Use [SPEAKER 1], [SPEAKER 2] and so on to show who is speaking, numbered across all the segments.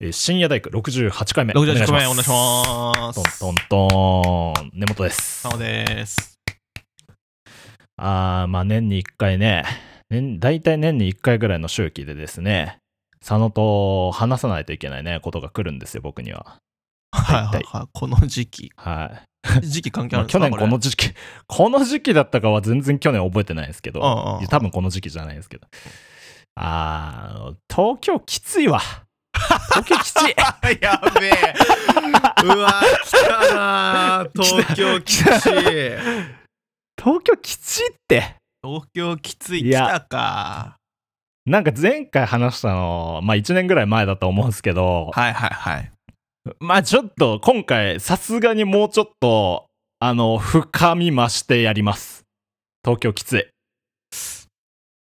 [SPEAKER 1] えー深夜大工68回目。
[SPEAKER 2] 68個目お願い
[SPEAKER 1] お願い
[SPEAKER 2] し
[SPEAKER 1] しま
[SPEAKER 2] ます
[SPEAKER 1] す。トントントン。根本です
[SPEAKER 2] さ。まです
[SPEAKER 1] あーまあ年に1回ね年、大体年に1回ぐらいの周期でですね、佐野と話さないといけないね、ことが来るんですよ、僕には。
[SPEAKER 2] はいはいはいこの時期
[SPEAKER 1] はい。
[SPEAKER 2] 時期関係あ
[SPEAKER 1] まあ
[SPEAKER 2] るんです
[SPEAKER 1] 去年
[SPEAKER 2] か
[SPEAKER 1] この時期、 この時期だったかは全然去年覚えてないですけど、
[SPEAKER 2] ああ
[SPEAKER 1] いや多分この時期じゃないですけど。あー、東京きついわ。東京きつ い。
[SPEAKER 2] れやべえうわ来たなー 東京きつい東
[SPEAKER 1] 東京きついって。
[SPEAKER 2] 京きつい
[SPEAKER 1] い
[SPEAKER 2] 来
[SPEAKER 1] や
[SPEAKER 2] たか
[SPEAKER 1] なんか前回話したの、まあ1年ぐらい前だと思うんですけど、
[SPEAKER 2] はいはいはい
[SPEAKER 1] まあちょっと今回さすがにもうちょっと、あの、深み増してやります。東京きつ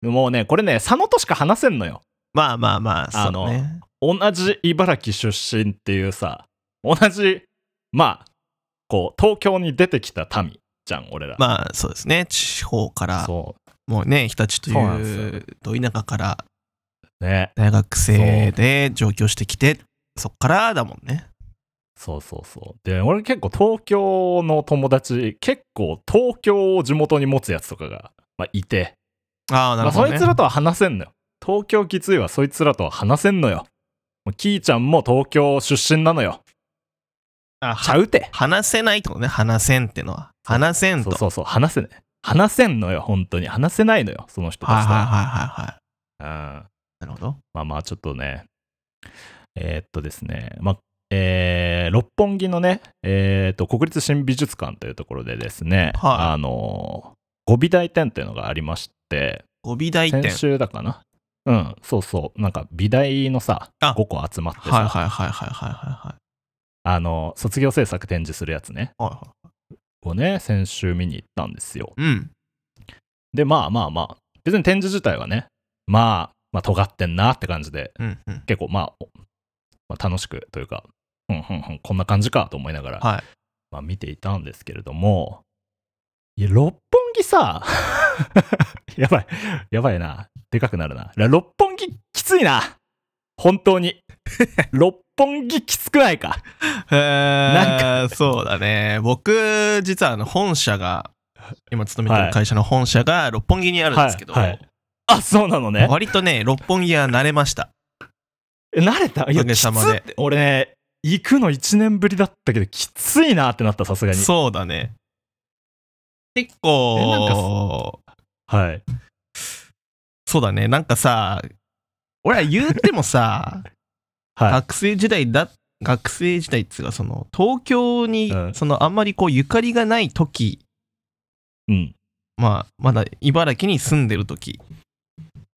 [SPEAKER 1] い。もうね、これね、佐野としか話せんのよ。
[SPEAKER 2] まあまあまあそ
[SPEAKER 1] あ
[SPEAKER 2] う
[SPEAKER 1] の
[SPEAKER 2] ね
[SPEAKER 1] 同じ茨城出身っていうさ、同じ、まあ、こう、東京に出てきた民じゃん、俺ら。
[SPEAKER 2] まあそうですね地方から
[SPEAKER 1] そ
[SPEAKER 2] もうね日立と
[SPEAKER 1] そうなんで
[SPEAKER 2] いうど田舎から
[SPEAKER 1] う。ね。
[SPEAKER 2] 大学生で上京してきてそっからだもんね
[SPEAKER 1] そうそうそう。で、俺結構東京の友達、結構東京を地元に持つやつとかが、まあ、いて、
[SPEAKER 2] ああな
[SPEAKER 1] ま
[SPEAKER 2] る
[SPEAKER 1] あ、
[SPEAKER 2] ほど
[SPEAKER 1] そ
[SPEAKER 2] ね
[SPEAKER 1] いつらとは話せんのよ。東京きついはそいつらとは話せんのよ。もうキーちゃんも東京出身なのよ。
[SPEAKER 2] あ
[SPEAKER 1] ちゃうて。
[SPEAKER 2] 話せないってことね話せんってのは話せんと
[SPEAKER 1] そうそうそう、話せない。話せんのよ、本当に。話せないのよ、その人た
[SPEAKER 2] はい
[SPEAKER 1] ちと
[SPEAKER 2] はい
[SPEAKER 1] は。
[SPEAKER 2] はいはいはい
[SPEAKER 1] うん
[SPEAKER 2] なるほど
[SPEAKER 1] まあまあちょっとね、えーっとですね、まあ、えー六本木のね、えーっと、国立新美術館というところでですね、
[SPEAKER 2] はい
[SPEAKER 1] あのー、語尾大展っていうのがありまして、
[SPEAKER 2] 語尾大
[SPEAKER 1] 先
[SPEAKER 2] 点
[SPEAKER 1] 週だかなうん、そうそう、なんか美大のさ、
[SPEAKER 2] あ
[SPEAKER 1] 5個集まってさ、
[SPEAKER 2] はいはいはいはいはいはい
[SPEAKER 1] あの、卒業制作展示するやつね、
[SPEAKER 2] はいは
[SPEAKER 1] をね、先週見に行ったんですよ。
[SPEAKER 2] いうん
[SPEAKER 1] で、まあまあまあ、別に展示自体はね、まあ、まあ、尖ってんなって感じで
[SPEAKER 2] うんうん
[SPEAKER 1] 結構、まあ、おまあ楽しくというか、うんうんうん、こんな感じかと思いながら、
[SPEAKER 2] はい
[SPEAKER 1] まあ、見ていたんですけれども、いや、六本木さ、 やばい、やばいな、でかくなるな。いや六本木きついな、本当に。 六本木きつくないか。
[SPEAKER 2] へえ
[SPEAKER 1] な
[SPEAKER 2] なんかそうだね僕実はあの本社が今勤めてる会社の本社が六本木にあるんですけど、
[SPEAKER 1] はいはいあ、そうなのね。
[SPEAKER 2] 割とね六本木は慣れました
[SPEAKER 1] え慣れたい
[SPEAKER 2] お
[SPEAKER 1] や、
[SPEAKER 2] かげ
[SPEAKER 1] きつ
[SPEAKER 2] さ
[SPEAKER 1] っ
[SPEAKER 2] まで
[SPEAKER 1] て俺ね、行くの1年ぶりだったけど、きついなってなった、さすがに。
[SPEAKER 2] そうだね結
[SPEAKER 1] えなんか
[SPEAKER 2] 構
[SPEAKER 1] はい。
[SPEAKER 2] そうだねなんかさ俺は言うて もさ
[SPEAKER 1] はい。
[SPEAKER 2] 学生時代だ学生時代っつうかその東京に、
[SPEAKER 1] うん
[SPEAKER 2] そのあんまりこうゆかりがない時
[SPEAKER 1] うん。
[SPEAKER 2] まあまだ茨城に住んでる時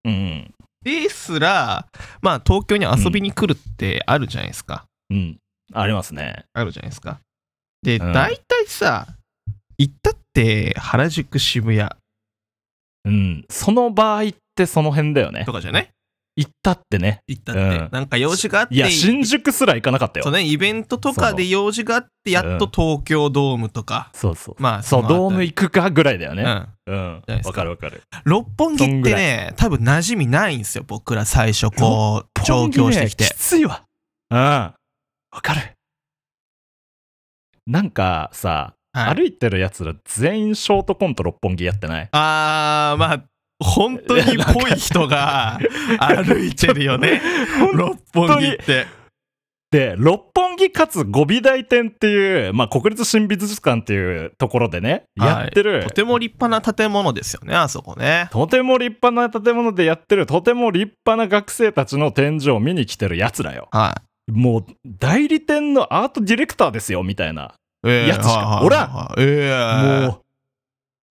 [SPEAKER 1] うん。
[SPEAKER 2] ですらまあ東京に遊びに来るってあるじゃないですか、
[SPEAKER 1] うん。ありますね。
[SPEAKER 2] あるじゃないですかで、
[SPEAKER 1] うん
[SPEAKER 2] 大体さ行ったって原宿渋谷
[SPEAKER 1] うん、その場合ってその辺だよね
[SPEAKER 2] と。かじゃない
[SPEAKER 1] 行ったってね。
[SPEAKER 2] 行ったって、
[SPEAKER 1] うん
[SPEAKER 2] なんか用事があって
[SPEAKER 1] いや、新宿すら行かなかったよ。
[SPEAKER 2] そうねイベントとかで用事があってやっと東京ドームとか、
[SPEAKER 1] そうそう。
[SPEAKER 2] まあ
[SPEAKER 1] そう、
[SPEAKER 2] の辺り
[SPEAKER 1] ドーム行くかぐらいだよね。
[SPEAKER 2] うん
[SPEAKER 1] うん。
[SPEAKER 2] じゃないですか
[SPEAKER 1] わかるわかる。
[SPEAKER 2] 六本木
[SPEAKER 1] そん
[SPEAKER 2] っ
[SPEAKER 1] ぐ
[SPEAKER 2] て
[SPEAKER 1] ら
[SPEAKER 2] ね多分馴染みないんですよ僕ら最初こう上京してき
[SPEAKER 1] 六本木ね
[SPEAKER 2] て
[SPEAKER 1] きついわ。うん。わかる。なんかさ、
[SPEAKER 2] はい
[SPEAKER 1] 歩いてるやつら全員ショートコント六本木やってない
[SPEAKER 2] あーまあ本当にぽい人が歩いてる よね六本木って
[SPEAKER 1] で、六本木かつ五美大店っていう、まあ、国立新美術館っていうところでね、
[SPEAKER 2] はい
[SPEAKER 1] やってる
[SPEAKER 2] と、ても立派な建物ですよねあそこね
[SPEAKER 1] とても立派な建物でやってるとても立派な学生たちの展示を見に来てるやつらよ
[SPEAKER 2] は
[SPEAKER 1] もう代理店のアートディレクターですよみたいない
[SPEAKER 2] ええ
[SPEAKER 1] やつしか
[SPEAKER 2] はいはい
[SPEAKER 1] おらん
[SPEAKER 2] はいええ
[SPEAKER 1] もう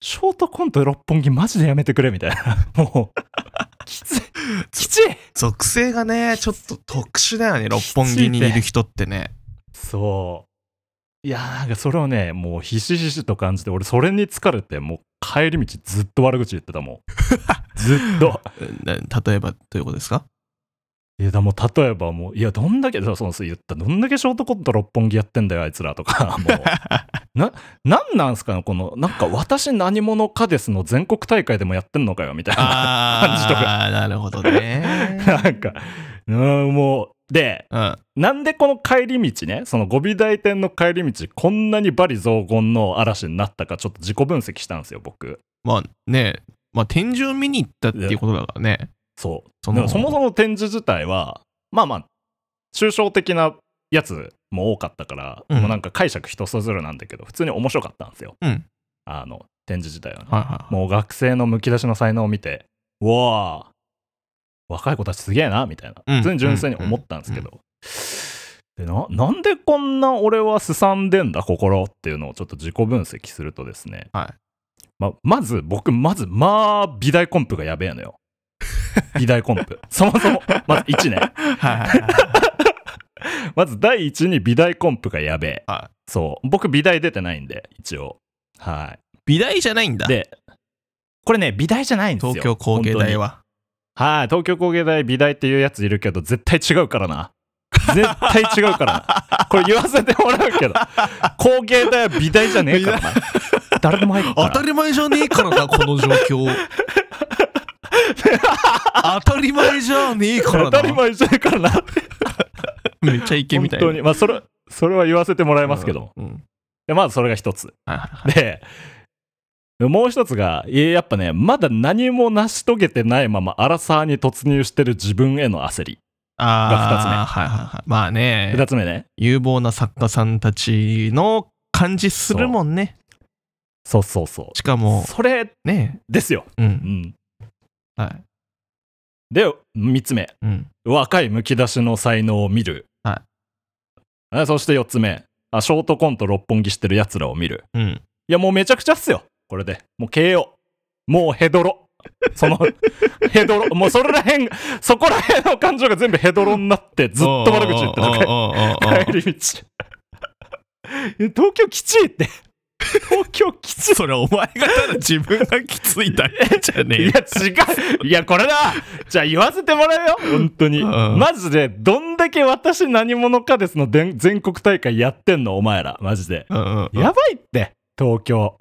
[SPEAKER 1] ショートコント六本木マジでやめてくれみたいなもうきついきつい
[SPEAKER 2] 属性がねちょっと特殊だよね六本木にいる人ってね
[SPEAKER 1] そういやーなんかそれをねもうひしひしと感じて俺それに疲れてもう帰り道ずっと悪口言ってたもんずっと
[SPEAKER 2] な例えばどういうことで すか
[SPEAKER 1] いやだもう例えばもういやどんだけそうそうそう言ったどんだけショートコント六本木やってんだよあいつらとかもうななんなんすかねこのなんか私何者かですの全国大会でもやってんのかよみたいな
[SPEAKER 2] ああなるほどね
[SPEAKER 1] なんかうんもで、
[SPEAKER 2] うん。
[SPEAKER 1] なんでこの帰り道ね、その五美大店の帰り道、こんなにバリ雑言の嵐になったか、ちょっと自己分析したんですよ、僕。
[SPEAKER 2] まあね、まあ天井見に行ったっていうことだからね。
[SPEAKER 1] そう。
[SPEAKER 2] そ
[SPEAKER 1] でもそもそ
[SPEAKER 2] も。
[SPEAKER 1] も展示自体は、まあまあ、抽象的なやつも多かったから、
[SPEAKER 2] うん
[SPEAKER 1] もうなんか解釈人それぞれなんだけど、普通に面白かったんですよ。
[SPEAKER 2] うん。
[SPEAKER 1] あの、展示自体はね。
[SPEAKER 2] はいはいはい。
[SPEAKER 1] もう学生のむき出しの才能を見て、うわあ、若い子たちすげえな、みたいな
[SPEAKER 2] うん、
[SPEAKER 1] 普通に純粋に思ったんですけど、でななんでこんな俺はすさんでんだ、心っていうのをちょっと自己分析するとですね、
[SPEAKER 2] はい
[SPEAKER 1] ままず僕、まず、まあ、美大コンプがやべえの よ。美大コンプ。そもそも、まず1年。
[SPEAKER 2] はいはいはい。
[SPEAKER 1] まず第一に美大コンプがやべえ。
[SPEAKER 2] は
[SPEAKER 1] そう。僕、美大出てないんで、一応。は
[SPEAKER 2] 美大じゃないんだ
[SPEAKER 1] い。。で、これね、美大じゃないんですよ。
[SPEAKER 2] 東京工芸
[SPEAKER 1] 本当に
[SPEAKER 2] 大は。
[SPEAKER 1] はい、東京工芸大美大っていうやついるけど、絶対違うからな。絶対違うからな。これ言わせてもらうけど、工芸大は美大じゃねえからな。誰でも入るから
[SPEAKER 2] 当たり前じゃねえからな、この状 況。当たり前じゃねえからな。
[SPEAKER 1] 当たり前じゃねえからな。
[SPEAKER 2] めっちゃイケ
[SPEAKER 1] 本
[SPEAKER 2] みたいな。
[SPEAKER 1] 当に。まあ、それ、それは言わせてもらいますけど。
[SPEAKER 2] うん。うん
[SPEAKER 1] で、まずそれが一つ。
[SPEAKER 2] はいはいはい
[SPEAKER 1] で、もう一つが、いややっぱね、まだ何も成し遂げてないまま、アラサーに突入してる自分への焦り。が二つ目
[SPEAKER 2] ああ、はいはいはい。まあね。
[SPEAKER 1] 二つ目ね。
[SPEAKER 2] 有望な作家さんたちの感じするもんね
[SPEAKER 1] そうそうそ
[SPEAKER 2] しか
[SPEAKER 1] う。
[SPEAKER 2] も
[SPEAKER 1] それ
[SPEAKER 2] ね
[SPEAKER 1] ですよ。
[SPEAKER 2] う
[SPEAKER 1] うんん。
[SPEAKER 2] はい
[SPEAKER 1] で、三つ目。
[SPEAKER 2] うん
[SPEAKER 1] 若いむき出しの才能を見る、
[SPEAKER 2] は
[SPEAKER 1] あそして4つ目あショートコント六本木してるやつらを見る
[SPEAKER 2] うん
[SPEAKER 1] いやもうめちゃくちゃっすよこれでもう KO もうヘドロその ヘドロもうそれらへんそこらへんの感情が全部ヘドロになってずっと悪口言ってた
[SPEAKER 2] た
[SPEAKER 1] 帰り道 いや東京きちいって東京きちい
[SPEAKER 2] それお前がただ自分がきついだけじゃね
[SPEAKER 1] い
[SPEAKER 2] え
[SPEAKER 1] や
[SPEAKER 2] よ
[SPEAKER 1] 違う いやこれだじゃあ言わせてもら うよ本当に、
[SPEAKER 2] うん
[SPEAKER 1] マジでどんだけ私何者かですの全全国大会やってんのお前らマジで、
[SPEAKER 2] うんうんうん
[SPEAKER 1] やばいって東京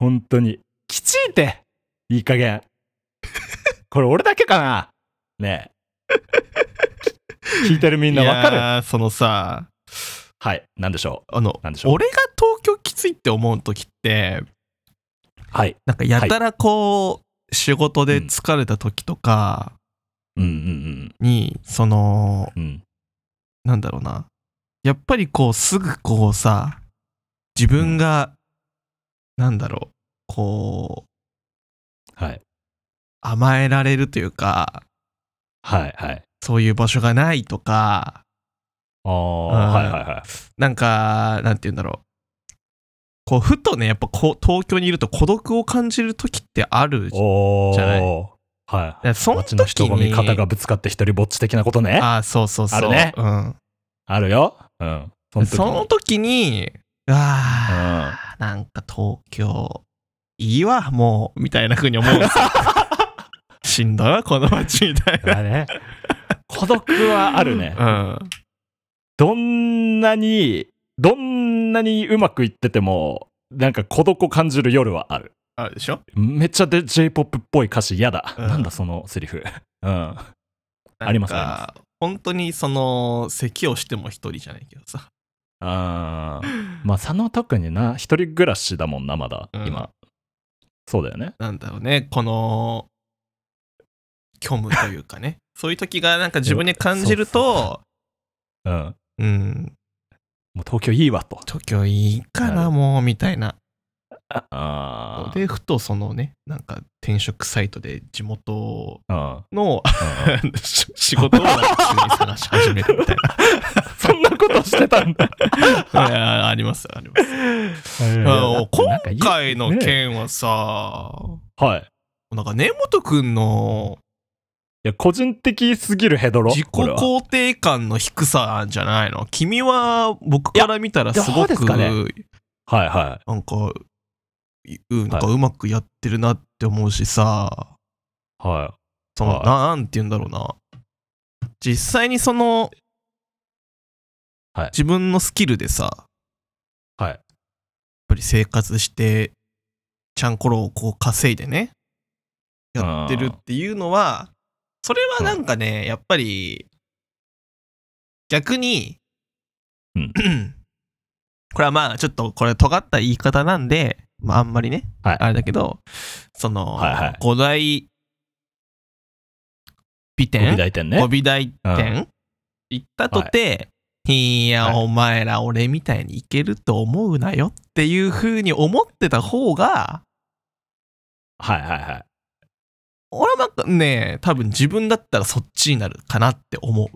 [SPEAKER 1] 本当にきちいっていい加 減これ俺だけかなね え聞いてるみんなわか
[SPEAKER 2] い
[SPEAKER 1] る
[SPEAKER 2] やーそのさ
[SPEAKER 1] はい何でしょ
[SPEAKER 2] あの
[SPEAKER 1] なんでしょう
[SPEAKER 2] 俺が東京きついって思う時って
[SPEAKER 1] うはい
[SPEAKER 2] なんかやたらこう仕事で疲れた時とか
[SPEAKER 1] うんうん
[SPEAKER 2] にその
[SPEAKER 1] うんうん
[SPEAKER 2] なんだろうな。やっぱりこう、すぐこうさ、自分が、なんだろう、こう、
[SPEAKER 1] はい
[SPEAKER 2] 甘えられるというか、
[SPEAKER 1] はいはい
[SPEAKER 2] そういう場所がないとか、
[SPEAKER 1] ああ
[SPEAKER 2] うん
[SPEAKER 1] はいはいはい
[SPEAKER 2] なんか、なんて言うんだろう。こう、ふとね、やっぱこう、東京にいると孤独を感じる時ってある。
[SPEAKER 1] おー
[SPEAKER 2] じゃない
[SPEAKER 1] はい
[SPEAKER 2] やその
[SPEAKER 1] 街の人
[SPEAKER 2] 時
[SPEAKER 1] 混み
[SPEAKER 2] に、
[SPEAKER 1] 肩がぶつかって一人ぼっち的なことねあ
[SPEAKER 2] ああ、そうそうそう。
[SPEAKER 1] あるね
[SPEAKER 2] うん。
[SPEAKER 1] るようんその時
[SPEAKER 2] その時に、あ
[SPEAKER 1] う
[SPEAKER 2] あ、なんか東京、いいわ、もう、みたいな風に思うん ですよ。しんどいわ、この街、みたい
[SPEAKER 1] だね孤独はあるね
[SPEAKER 2] な。うん。
[SPEAKER 1] どんなにどんなにうまくいっててもなんか孤独を感じる夜はある
[SPEAKER 2] あるでしょ
[SPEAKER 1] めっちゃで J-POP っぽい歌詞嫌だ、
[SPEAKER 2] うん
[SPEAKER 1] なんだそのセリフうんあります
[SPEAKER 2] なん
[SPEAKER 1] あ
[SPEAKER 2] か本当に、その、咳をしても一人じゃないけどさ。
[SPEAKER 1] あーまあ佐野特にな一人暮らしだもんなまだ、
[SPEAKER 2] うん
[SPEAKER 1] 今そうだよね
[SPEAKER 2] なんだろうね、この、虚無というかね。 そういう時が、なんか自分で感じると、
[SPEAKER 1] うんも
[SPEAKER 2] うん、
[SPEAKER 1] う東京いいわと
[SPEAKER 2] 東京いいか
[SPEAKER 1] な
[SPEAKER 2] な、
[SPEAKER 1] る
[SPEAKER 2] もう、みたいな。
[SPEAKER 1] あ
[SPEAKER 2] で、ふとそのね、なんか転職サイトで地元
[SPEAKER 1] あうん
[SPEAKER 2] の
[SPEAKER 1] うん
[SPEAKER 2] し 仕事をなんか急に探し始めるみたい
[SPEAKER 1] そんなことしてたん だ。
[SPEAKER 2] な いや。ありますあります。あの今回の
[SPEAKER 1] ね
[SPEAKER 2] 件はさ、
[SPEAKER 1] はい。い
[SPEAKER 2] なんか根本くんの
[SPEAKER 1] や、個人的すぎるヘドロ。
[SPEAKER 2] 自己
[SPEAKER 1] これは
[SPEAKER 2] 肯定感の低さなんじゃないの君は僕から見たらす
[SPEAKER 1] いやど
[SPEAKER 2] ご
[SPEAKER 1] うです
[SPEAKER 2] く
[SPEAKER 1] かねはいは
[SPEAKER 2] なんか、うんなんかうまくやってるなって思うしさ、
[SPEAKER 1] い。は
[SPEAKER 2] その
[SPEAKER 1] はい
[SPEAKER 2] なんて言うんだろうな実際にその、
[SPEAKER 1] はい
[SPEAKER 2] 自分のスキルでさ
[SPEAKER 1] い。はい。
[SPEAKER 2] やっぱり生活してちゃんころをこう稼いでねやってるっていうのはそれはなんかねやっぱり逆に、
[SPEAKER 1] うん
[SPEAKER 2] これはまあちょっとこれ尖った言い方なんで、まああんまりね、
[SPEAKER 1] はい
[SPEAKER 2] あれだけど、その、
[SPEAKER 1] はいはい
[SPEAKER 2] 五大
[SPEAKER 1] ご
[SPEAKER 2] 美
[SPEAKER 1] 美
[SPEAKER 2] 点
[SPEAKER 1] 大店
[SPEAKER 2] 五
[SPEAKER 1] ね。
[SPEAKER 2] 美大点、行ったとて、い、や、
[SPEAKER 1] はい
[SPEAKER 2] お前ら俺みたいに行けると思うなよっていうふうに思ってた方が、
[SPEAKER 1] はいはいはい。
[SPEAKER 2] 俺はなんかね、多分自分だったらそっちになるかなって思う。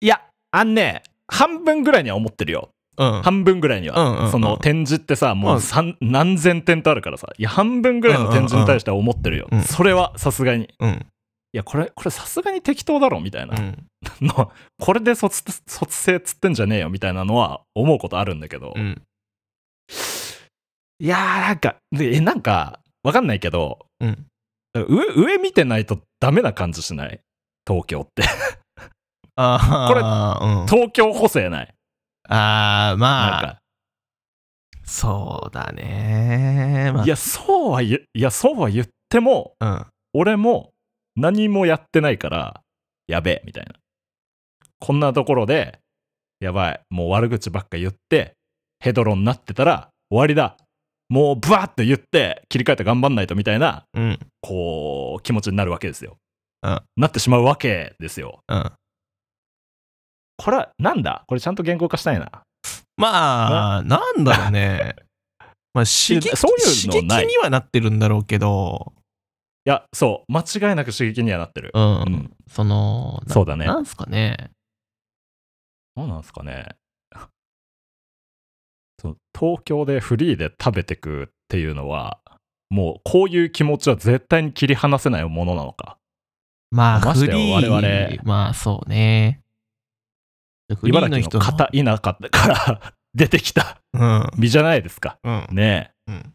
[SPEAKER 1] いや、あんね、半分ぐらいには思ってるよ。
[SPEAKER 2] うん。
[SPEAKER 1] 半分ぐらいには。
[SPEAKER 2] うんうんうん
[SPEAKER 1] その展示ってさ、も
[SPEAKER 2] うん
[SPEAKER 1] う三何千点とあるからさ、いや、半分ぐらいの展示に対しては思ってるよ。
[SPEAKER 2] うんうんうん
[SPEAKER 1] それはさすがに。い
[SPEAKER 2] うん。
[SPEAKER 1] や、これ、これさすがに適当だろみたいな。
[SPEAKER 2] うん。
[SPEAKER 1] のこれで卒卒生つってんじゃねえよみたいなのは思うことあるんだけど、
[SPEAKER 2] うん。
[SPEAKER 1] いやーなんかでえなんかわかんないけど
[SPEAKER 2] うん。
[SPEAKER 1] 上上見てないとダメな感じしない東京って
[SPEAKER 2] ああ、うん、
[SPEAKER 1] 東京補正ない
[SPEAKER 2] あー
[SPEAKER 1] なん
[SPEAKER 2] まあ、
[SPEAKER 1] か
[SPEAKER 2] そうだね。まあ、
[SPEAKER 1] いやそうは言いやそうは言っても
[SPEAKER 2] うん。
[SPEAKER 1] 俺も何もやってないからやべえみたいなこんなところでやばいもう悪口ばっか言ってヘドロになってたら終わりだもうブワーって言って切り替えて頑張んないとみたいな
[SPEAKER 2] うん。
[SPEAKER 1] こう気持ちになるわけですよ。
[SPEAKER 2] うん
[SPEAKER 1] なってしまうわけですよ。
[SPEAKER 2] うん。
[SPEAKER 1] これはなんだこれちゃんと言語化したいな。
[SPEAKER 2] まあ、なんだろ うね。まあ、刺激
[SPEAKER 1] そういうの
[SPEAKER 2] 刺激
[SPEAKER 1] ない
[SPEAKER 2] にはなってるんだろうけど、
[SPEAKER 1] いやそう間違いなく刺激にはなってる。
[SPEAKER 2] うん。
[SPEAKER 1] うん
[SPEAKER 2] その、な
[SPEAKER 1] そうだね
[SPEAKER 2] なんすかね。
[SPEAKER 1] 何なんですかね。 そう東京でフリーで食べてくっていうのはもうこういう気持ちは絶対に切り離せないものなのか。
[SPEAKER 2] まあ、
[SPEAKER 1] まし
[SPEAKER 2] フ
[SPEAKER 1] て
[SPEAKER 2] リ
[SPEAKER 1] や
[SPEAKER 2] ー、
[SPEAKER 1] 我々
[SPEAKER 2] まあ、そうね。フリー
[SPEAKER 1] 茨
[SPEAKER 2] の
[SPEAKER 1] 城
[SPEAKER 2] 人
[SPEAKER 1] の片田舎から 出てきた
[SPEAKER 2] うん。うん。
[SPEAKER 1] 身じゃないですか。
[SPEAKER 2] うん。はい
[SPEAKER 1] ねえ。
[SPEAKER 2] うん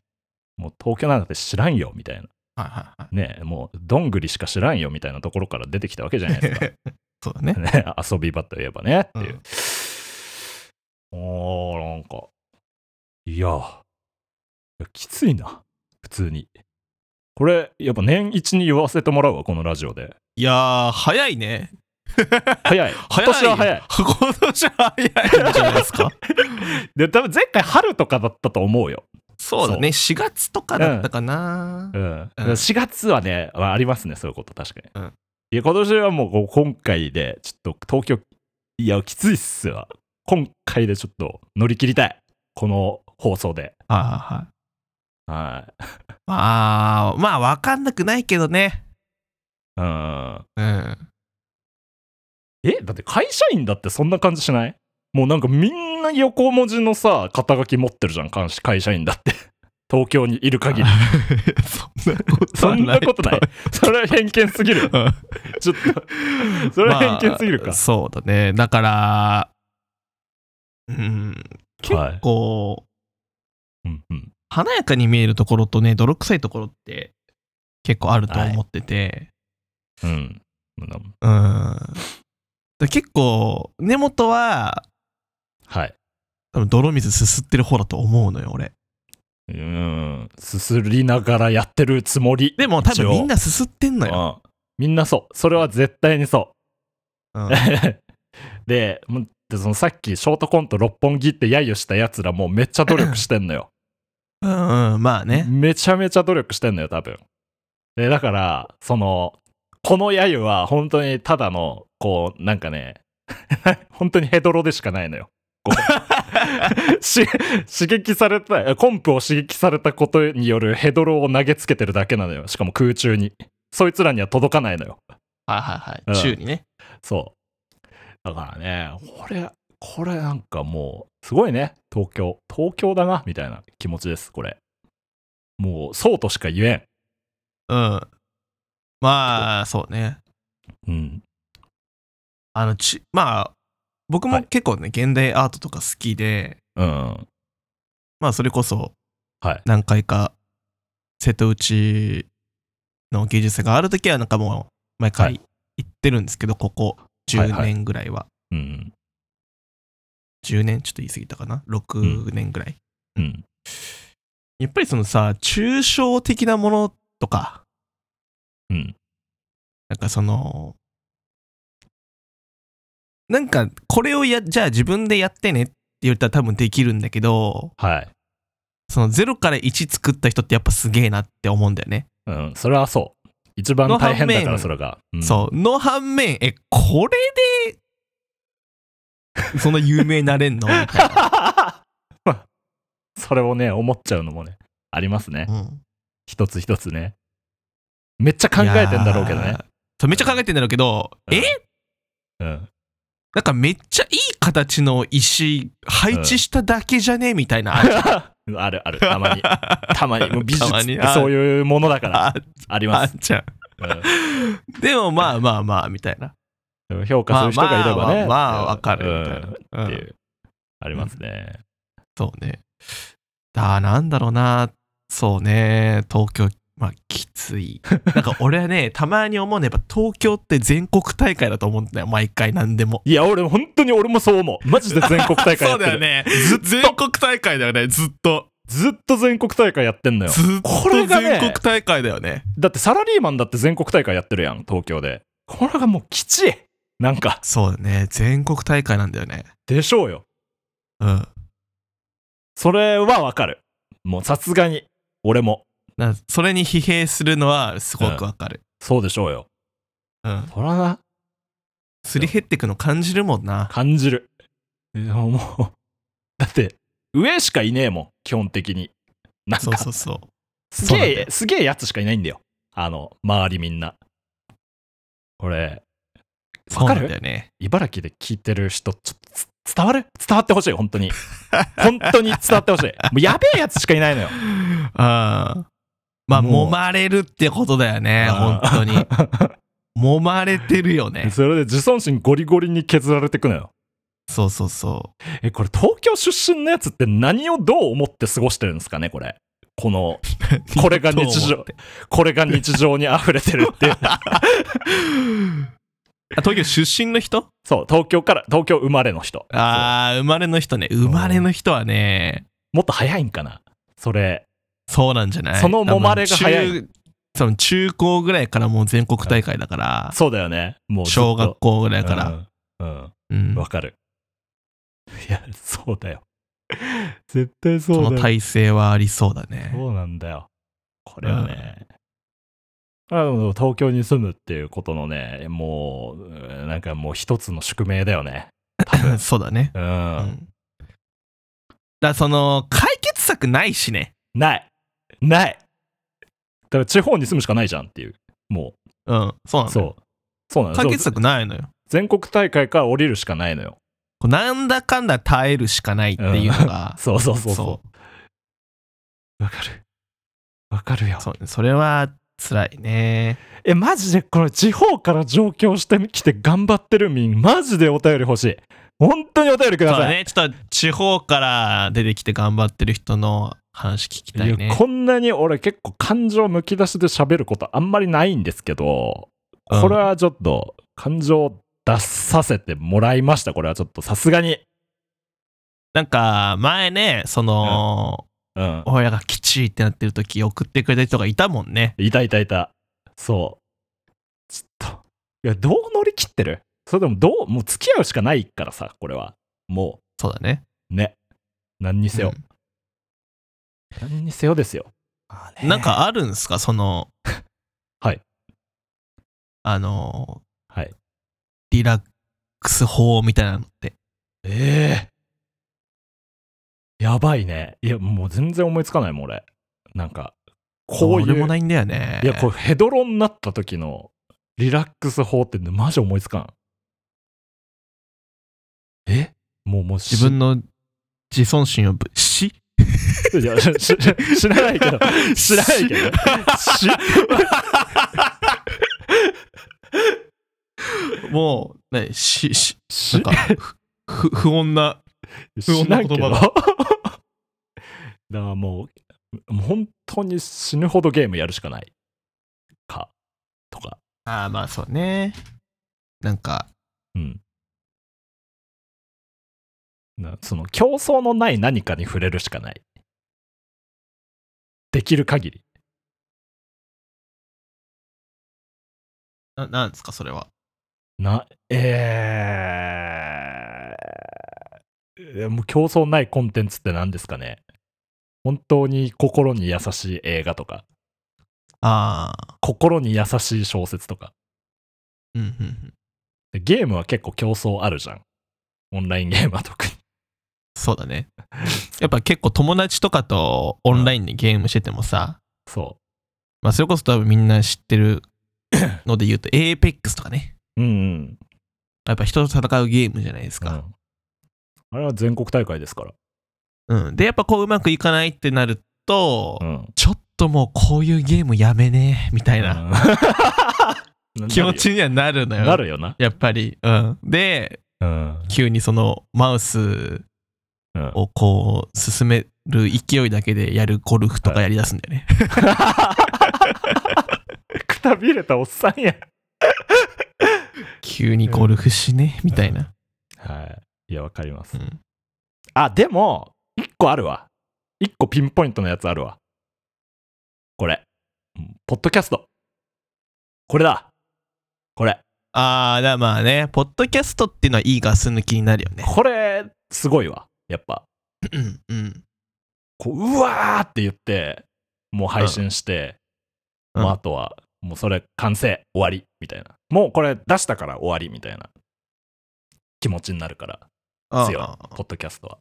[SPEAKER 1] もう東京なんて知らんよみたいな。
[SPEAKER 2] はいは
[SPEAKER 1] ねえもうどんぐりしか知らんよみたいなところから出てきたわけじゃないですか。
[SPEAKER 2] い。 そうだね。
[SPEAKER 1] ね、 遊び場といえばねっていうう。おー、なんか、いや、いやきついな、普通に。これ、やっぱ年一に言わせてもらうわ、このラジオで。
[SPEAKER 2] いやー、早いね。
[SPEAKER 1] 早い。 今
[SPEAKER 2] 早い。
[SPEAKER 1] 年は早い。。
[SPEAKER 2] 今年は早いんじゃないですか。
[SPEAKER 1] で、多分前回春とかだったと思うよ。
[SPEAKER 2] そうだね、4月とかだったかな
[SPEAKER 1] う。ん。
[SPEAKER 2] うん
[SPEAKER 1] 4月はね、あありますね、そういうこと、確かに。
[SPEAKER 2] うん
[SPEAKER 1] いや、今年はもうこう、今回で、ちょっと東京、いや、きついっすわ。今回でちょっと乗り切りたい。この放送で。
[SPEAKER 2] はいはいはい。
[SPEAKER 1] はい。
[SPEAKER 2] まあ、まあ、わかんなくないけどね。
[SPEAKER 1] うん。
[SPEAKER 2] うん。
[SPEAKER 1] え、だって会社員だってそんな感じしないもうなんかみんな横文字のさ、肩書き持ってるじゃん、監視会社員だって。 東京にいる限り。
[SPEAKER 2] そんなこと
[SPEAKER 1] そ
[SPEAKER 2] はない。
[SPEAKER 1] んなことない。それは偏見すぎ る。
[SPEAKER 2] うん。
[SPEAKER 1] ちょっと、 それは偏見すぎるか。
[SPEAKER 2] まあそうだね。だから、うん、
[SPEAKER 1] はい
[SPEAKER 2] 結構、
[SPEAKER 1] うんうん。
[SPEAKER 2] 華やかに見えるところとね、泥臭いところって結構あると思ってて、
[SPEAKER 1] うん。
[SPEAKER 2] うん。で結構、根元は、
[SPEAKER 1] はい。
[SPEAKER 2] 多分泥水すすってる方だと思うのよ、俺。
[SPEAKER 1] うん。すすりながらやってるつもり。
[SPEAKER 2] でも多
[SPEAKER 1] 一
[SPEAKER 2] 分
[SPEAKER 1] 応
[SPEAKER 2] みんなすすってんのよ。
[SPEAKER 1] うんみんなそう。それは絶対にそう。
[SPEAKER 2] うん
[SPEAKER 1] でもうでそのさっきショートコント六本木って揶揄したやつらもうめっちゃ努力してんのよ
[SPEAKER 2] うんうん、まあね。
[SPEAKER 1] めちゃめちゃ努力してんのよ多分でだからそのこの揶揄は本当にただのこうなんかね 本当にヘドロでしかないのよこう し刺激されたコンプを刺激されたことによるヘドロを投げつけてるだけなのよしかも空中にそいつらには届かないのよ
[SPEAKER 2] はいはい
[SPEAKER 1] うん
[SPEAKER 2] はい。週にね。
[SPEAKER 1] そう。だからね、これ、これなんかもう、すごいね、東京。東京だな、みたいな気持ちです、これ。もう、そうとしか言え
[SPEAKER 2] うん。まあ、そうね。
[SPEAKER 1] ん。うん。
[SPEAKER 2] あの、ち、まあ、僕
[SPEAKER 1] は
[SPEAKER 2] も
[SPEAKER 1] い
[SPEAKER 2] 結構ね、現代アートとか好きで、
[SPEAKER 1] うん。
[SPEAKER 2] まあ、それこそ
[SPEAKER 1] はい。
[SPEAKER 2] 何回か、瀬戸内の芸術祭があるときは、なんかもう、
[SPEAKER 1] は
[SPEAKER 2] 毎回
[SPEAKER 1] い
[SPEAKER 2] 行ってるんですけど、ここ
[SPEAKER 1] はい
[SPEAKER 2] 10
[SPEAKER 1] はい
[SPEAKER 2] 年ぐらいは。
[SPEAKER 1] うん。
[SPEAKER 2] 10年ちょっと言い過ぎたかな。6年ぐらい。
[SPEAKER 1] うん。
[SPEAKER 2] やっぱりそのさ、抽象的なものとか、
[SPEAKER 1] うん。
[SPEAKER 2] なんかその、なんか、これをや、じゃあ自分でやってねって言ったら多分できるんだけど、
[SPEAKER 1] はい。
[SPEAKER 2] その0から1作った人ってやっぱすげえなって思うんだよね。
[SPEAKER 1] うん、それはそう。一番大変だか
[SPEAKER 2] の反面
[SPEAKER 1] ら、それが。うん
[SPEAKER 2] そう。の反面、え、こ れで、そんな有名になれんのみたい
[SPEAKER 1] それをね、思っちゃうのもね、ありますね。
[SPEAKER 2] な。うん
[SPEAKER 1] 一つ一つね。めっちゃ考えてんだろうけど
[SPEAKER 2] い
[SPEAKER 1] ね
[SPEAKER 2] や。ーそうめっちゃ考えてんだろうけど、
[SPEAKER 1] うん
[SPEAKER 2] え
[SPEAKER 1] うん。
[SPEAKER 2] なんかめっちゃいい形の石配置しただけじゃねみたいな。
[SPEAKER 1] あるある、たまに。たまに。もう美術
[SPEAKER 2] たま
[SPEAKER 1] っ
[SPEAKER 2] に
[SPEAKER 1] て
[SPEAKER 2] あ
[SPEAKER 1] そういうものだから、
[SPEAKER 2] あ
[SPEAKER 1] あり
[SPEAKER 2] あ
[SPEAKER 1] ます
[SPEAKER 2] っ。ちゃ
[SPEAKER 1] うん
[SPEAKER 2] ん。でもまあまあまあみたいな。
[SPEAKER 1] 評価する人がいればね。
[SPEAKER 2] まあまあまあまあ
[SPEAKER 1] うん
[SPEAKER 2] わかる
[SPEAKER 1] う
[SPEAKER 2] みたい
[SPEAKER 1] ん
[SPEAKER 2] な。
[SPEAKER 1] って
[SPEAKER 2] う
[SPEAKER 1] い
[SPEAKER 2] ん
[SPEAKER 1] う。ありますね。
[SPEAKER 2] そうね。だなんだろうな。そうね。東京、まあき つい。なんか俺はね、たまに思うのはやっぱ東京って全国大会だと思うんだよ。毎回何でも。
[SPEAKER 1] いや、俺、本当に俺もそう思う。マジで全国大会や
[SPEAKER 2] そ
[SPEAKER 1] っ
[SPEAKER 2] う
[SPEAKER 1] て
[SPEAKER 2] だよ
[SPEAKER 1] る。
[SPEAKER 2] ね。全国大会だよね。ずっと。
[SPEAKER 1] ずっと全国大会やってんのよ。
[SPEAKER 2] ずっ
[SPEAKER 1] ことれがね
[SPEAKER 2] 全国大会だよね。
[SPEAKER 1] だってサラリーマンだって全国大会やってるやん、東京で。これがもう基地なんか、
[SPEAKER 2] そうだね。全国大会なんだよね。
[SPEAKER 1] でしょうよ。
[SPEAKER 2] うん。
[SPEAKER 1] それはわかる。もうさすがに、俺も。
[SPEAKER 2] なそれに疲弊するのはすごくわかる。
[SPEAKER 1] そうでしょうよ。
[SPEAKER 2] うん。
[SPEAKER 1] そらな、
[SPEAKER 2] すり減ってくの感じるもんな。
[SPEAKER 1] 感じる。いやもう、だって、上しかいねえもん、基本的に。なん
[SPEAKER 2] そう
[SPEAKER 1] か、
[SPEAKER 2] そうそう。
[SPEAKER 1] す
[SPEAKER 2] そうなんだ
[SPEAKER 1] げ
[SPEAKER 2] よ
[SPEAKER 1] え、すげえやつしかいないんだよ。あの、周りみんな。これ、
[SPEAKER 2] そ
[SPEAKER 1] わ
[SPEAKER 2] う
[SPEAKER 1] か
[SPEAKER 2] な
[SPEAKER 1] る
[SPEAKER 2] んだよね。
[SPEAKER 1] 茨城で聞いてる人、ちょっとつ伝わる伝わってほしい、本当 に。本当に伝わってほしい。もうやべえやつしかいないのよ。
[SPEAKER 2] うん。ま あ、
[SPEAKER 1] もう
[SPEAKER 2] 揉まれるってことだよね。
[SPEAKER 1] うん
[SPEAKER 2] 本当に。 揉まれてるよね。
[SPEAKER 1] それで自尊心ゴリゴリに削られてくのよ。
[SPEAKER 2] そうそうそ
[SPEAKER 1] え、これ東京出身のやつって何をどう思って過ごしてるんですかね、これ。こ の、
[SPEAKER 2] う。
[SPEAKER 1] これが日
[SPEAKER 2] どう
[SPEAKER 1] 常
[SPEAKER 2] 思って。
[SPEAKER 1] これが日常に溢れてる っていう。
[SPEAKER 2] あ東京出身の人
[SPEAKER 1] そう、東京から、東京生まれの人。
[SPEAKER 2] ああ、生まれの人ね。生まれの人はね、
[SPEAKER 1] もっと早いんかなそれ。
[SPEAKER 2] そうなんじゃない
[SPEAKER 1] その揉まれが早い
[SPEAKER 2] 多分中その中高ぐらいからもう全国大会だから、
[SPEAKER 1] そうだよね。もうずっと。
[SPEAKER 2] 小学校ぐらいから。
[SPEAKER 1] うん。うん。
[SPEAKER 2] うん
[SPEAKER 1] わ、かる。 いや、そうだよ。絶対そ
[SPEAKER 2] そう
[SPEAKER 1] だ
[SPEAKER 2] の
[SPEAKER 1] よ。
[SPEAKER 2] 体制はありそうだね。
[SPEAKER 1] そうなんだよ。これはね。あの東京に住むっていうことのね、もううん、なんかもう一つの宿命だよね。
[SPEAKER 2] そうだね。
[SPEAKER 1] う
[SPEAKER 2] うん。だ
[SPEAKER 1] ん。
[SPEAKER 2] からその、解決策ないしね。
[SPEAKER 1] ないないだから地方に住むしかないじゃんっていう。も
[SPEAKER 2] うん。そうな
[SPEAKER 1] う、
[SPEAKER 2] んだ
[SPEAKER 1] そ
[SPEAKER 2] よ。
[SPEAKER 1] う。そうなの
[SPEAKER 2] 解決
[SPEAKER 1] そう
[SPEAKER 2] 策ないのよ。
[SPEAKER 1] 全国大会から降りるしかないのよ。
[SPEAKER 2] こうなんだかんだ耐えるしかないっていうのが、
[SPEAKER 1] そうそうそう
[SPEAKER 2] そ
[SPEAKER 1] そう。わかる。わかるよ
[SPEAKER 2] う。そうそれは辛いね。
[SPEAKER 1] え、マジでこれ地方から上京してきて頑張ってる民、マジでお便り欲しい。本当にお便りく
[SPEAKER 2] そ
[SPEAKER 1] だ
[SPEAKER 2] うだ
[SPEAKER 1] さい。
[SPEAKER 2] ね。ちょっと地方から出てきて頑張ってる人の話聞きたい
[SPEAKER 1] いや
[SPEAKER 2] ね。
[SPEAKER 1] こんなに俺結構感情むき出しで喋ることあんまりないんですけど、
[SPEAKER 2] うん
[SPEAKER 1] これはちょっと感情を出させてもらいました。これはちょっとさすがに。
[SPEAKER 2] なんか、前ね、その、
[SPEAKER 1] うん。
[SPEAKER 2] 親がきちいってなってる時送ってくれた人がいたもんね。
[SPEAKER 1] いたいたいた。そう。ちょっと。いや、どう乗り切ってるそれでもどう、もう付き合うしかないからさ、これは。も
[SPEAKER 2] そうだね。
[SPEAKER 1] う、ね。何にせよ。
[SPEAKER 2] うん
[SPEAKER 1] 何にせよですよ。。
[SPEAKER 2] なん、かあるんすかその
[SPEAKER 1] はい。
[SPEAKER 2] あのー
[SPEAKER 1] はい
[SPEAKER 2] リラックス法みたいなのって。
[SPEAKER 1] ええやばいね。いや、もう全然思いつかないもん、俺。なんか、こうい
[SPEAKER 2] 俺
[SPEAKER 1] う。
[SPEAKER 2] もないんだよね。
[SPEAKER 1] いや、こう、ヘドロになった時のリラックス法ってねマジ思いつかん。えもう、もうし
[SPEAKER 2] 自分の自尊心をぶ、し
[SPEAKER 1] いやしし知らないけど、知らないけ ど。し
[SPEAKER 2] もう、ね、し、し、な
[SPEAKER 1] し
[SPEAKER 2] んか、 ふ、不穏な、
[SPEAKER 1] 知らんけ
[SPEAKER 2] 不
[SPEAKER 1] ど。
[SPEAKER 2] 穏
[SPEAKER 1] だ
[SPEAKER 2] な言葉
[SPEAKER 1] からもう、もう本当に死ぬほどゲームやるしかない。か。とか。
[SPEAKER 2] ああ、まあそうね。なんか、
[SPEAKER 1] うん。なその競争のない何かに触れるしかない。できる限り。
[SPEAKER 2] ななんですか、それは。
[SPEAKER 1] な、えー、えもう競争ないコンテンツって何ですかね本当に心に優しい映画とか、
[SPEAKER 2] ああ。
[SPEAKER 1] 心に優しい小説とか。
[SPEAKER 2] うんうんうん。
[SPEAKER 1] でゲームは結構競争あるじゃん。オンラインゲームは特に。
[SPEAKER 2] そうだね。やっぱ結構友達とかとオンラインでゲームしててもさ、
[SPEAKER 1] そ
[SPEAKER 2] まあそれこそ多分みんな知ってるので言うと、Apex とかね。
[SPEAKER 1] う。うんうん。
[SPEAKER 2] やっぱ人と戦うゲームじゃないです
[SPEAKER 1] う
[SPEAKER 2] か。
[SPEAKER 1] んあれは全国大会ですから。
[SPEAKER 2] うん。で、やっぱこううまくいかないってなると、
[SPEAKER 1] ん。
[SPEAKER 2] ちょっともうこういうゲームやめねえ、みたいな
[SPEAKER 1] うん
[SPEAKER 2] 気持ちにはなるのよ。
[SPEAKER 1] なるよな。
[SPEAKER 2] やっぱり。うん。で、
[SPEAKER 1] うん。
[SPEAKER 2] 急にそのマウス
[SPEAKER 1] うん
[SPEAKER 2] をこう進める勢いだけでやるゴルフとかやりだすんだよね。
[SPEAKER 1] くたびれたおっさんや。
[SPEAKER 2] 急にゴルフしねみたいな。
[SPEAKER 1] はい。いや、わかります。
[SPEAKER 2] うん
[SPEAKER 1] あ、でも、一個あるわ。一個ピンポイントのやつあるわ。これ。うんポッドキャスト。これだ。これ。
[SPEAKER 2] ああ、だからまあね、ポッドキャストっていうのはいいガス抜きになるよね。
[SPEAKER 1] これ、すごいわ。やっぱ。
[SPEAKER 2] うんうん。
[SPEAKER 1] こう、うわーって言って、もう配信して、
[SPEAKER 2] うん
[SPEAKER 1] もうあとは、もうそれ完成、終わり、みたいな。もうこれ出したから終わり、みたいな気持ちになるから、
[SPEAKER 2] あ
[SPEAKER 1] 強い
[SPEAKER 2] あ
[SPEAKER 1] ポッドキャストは。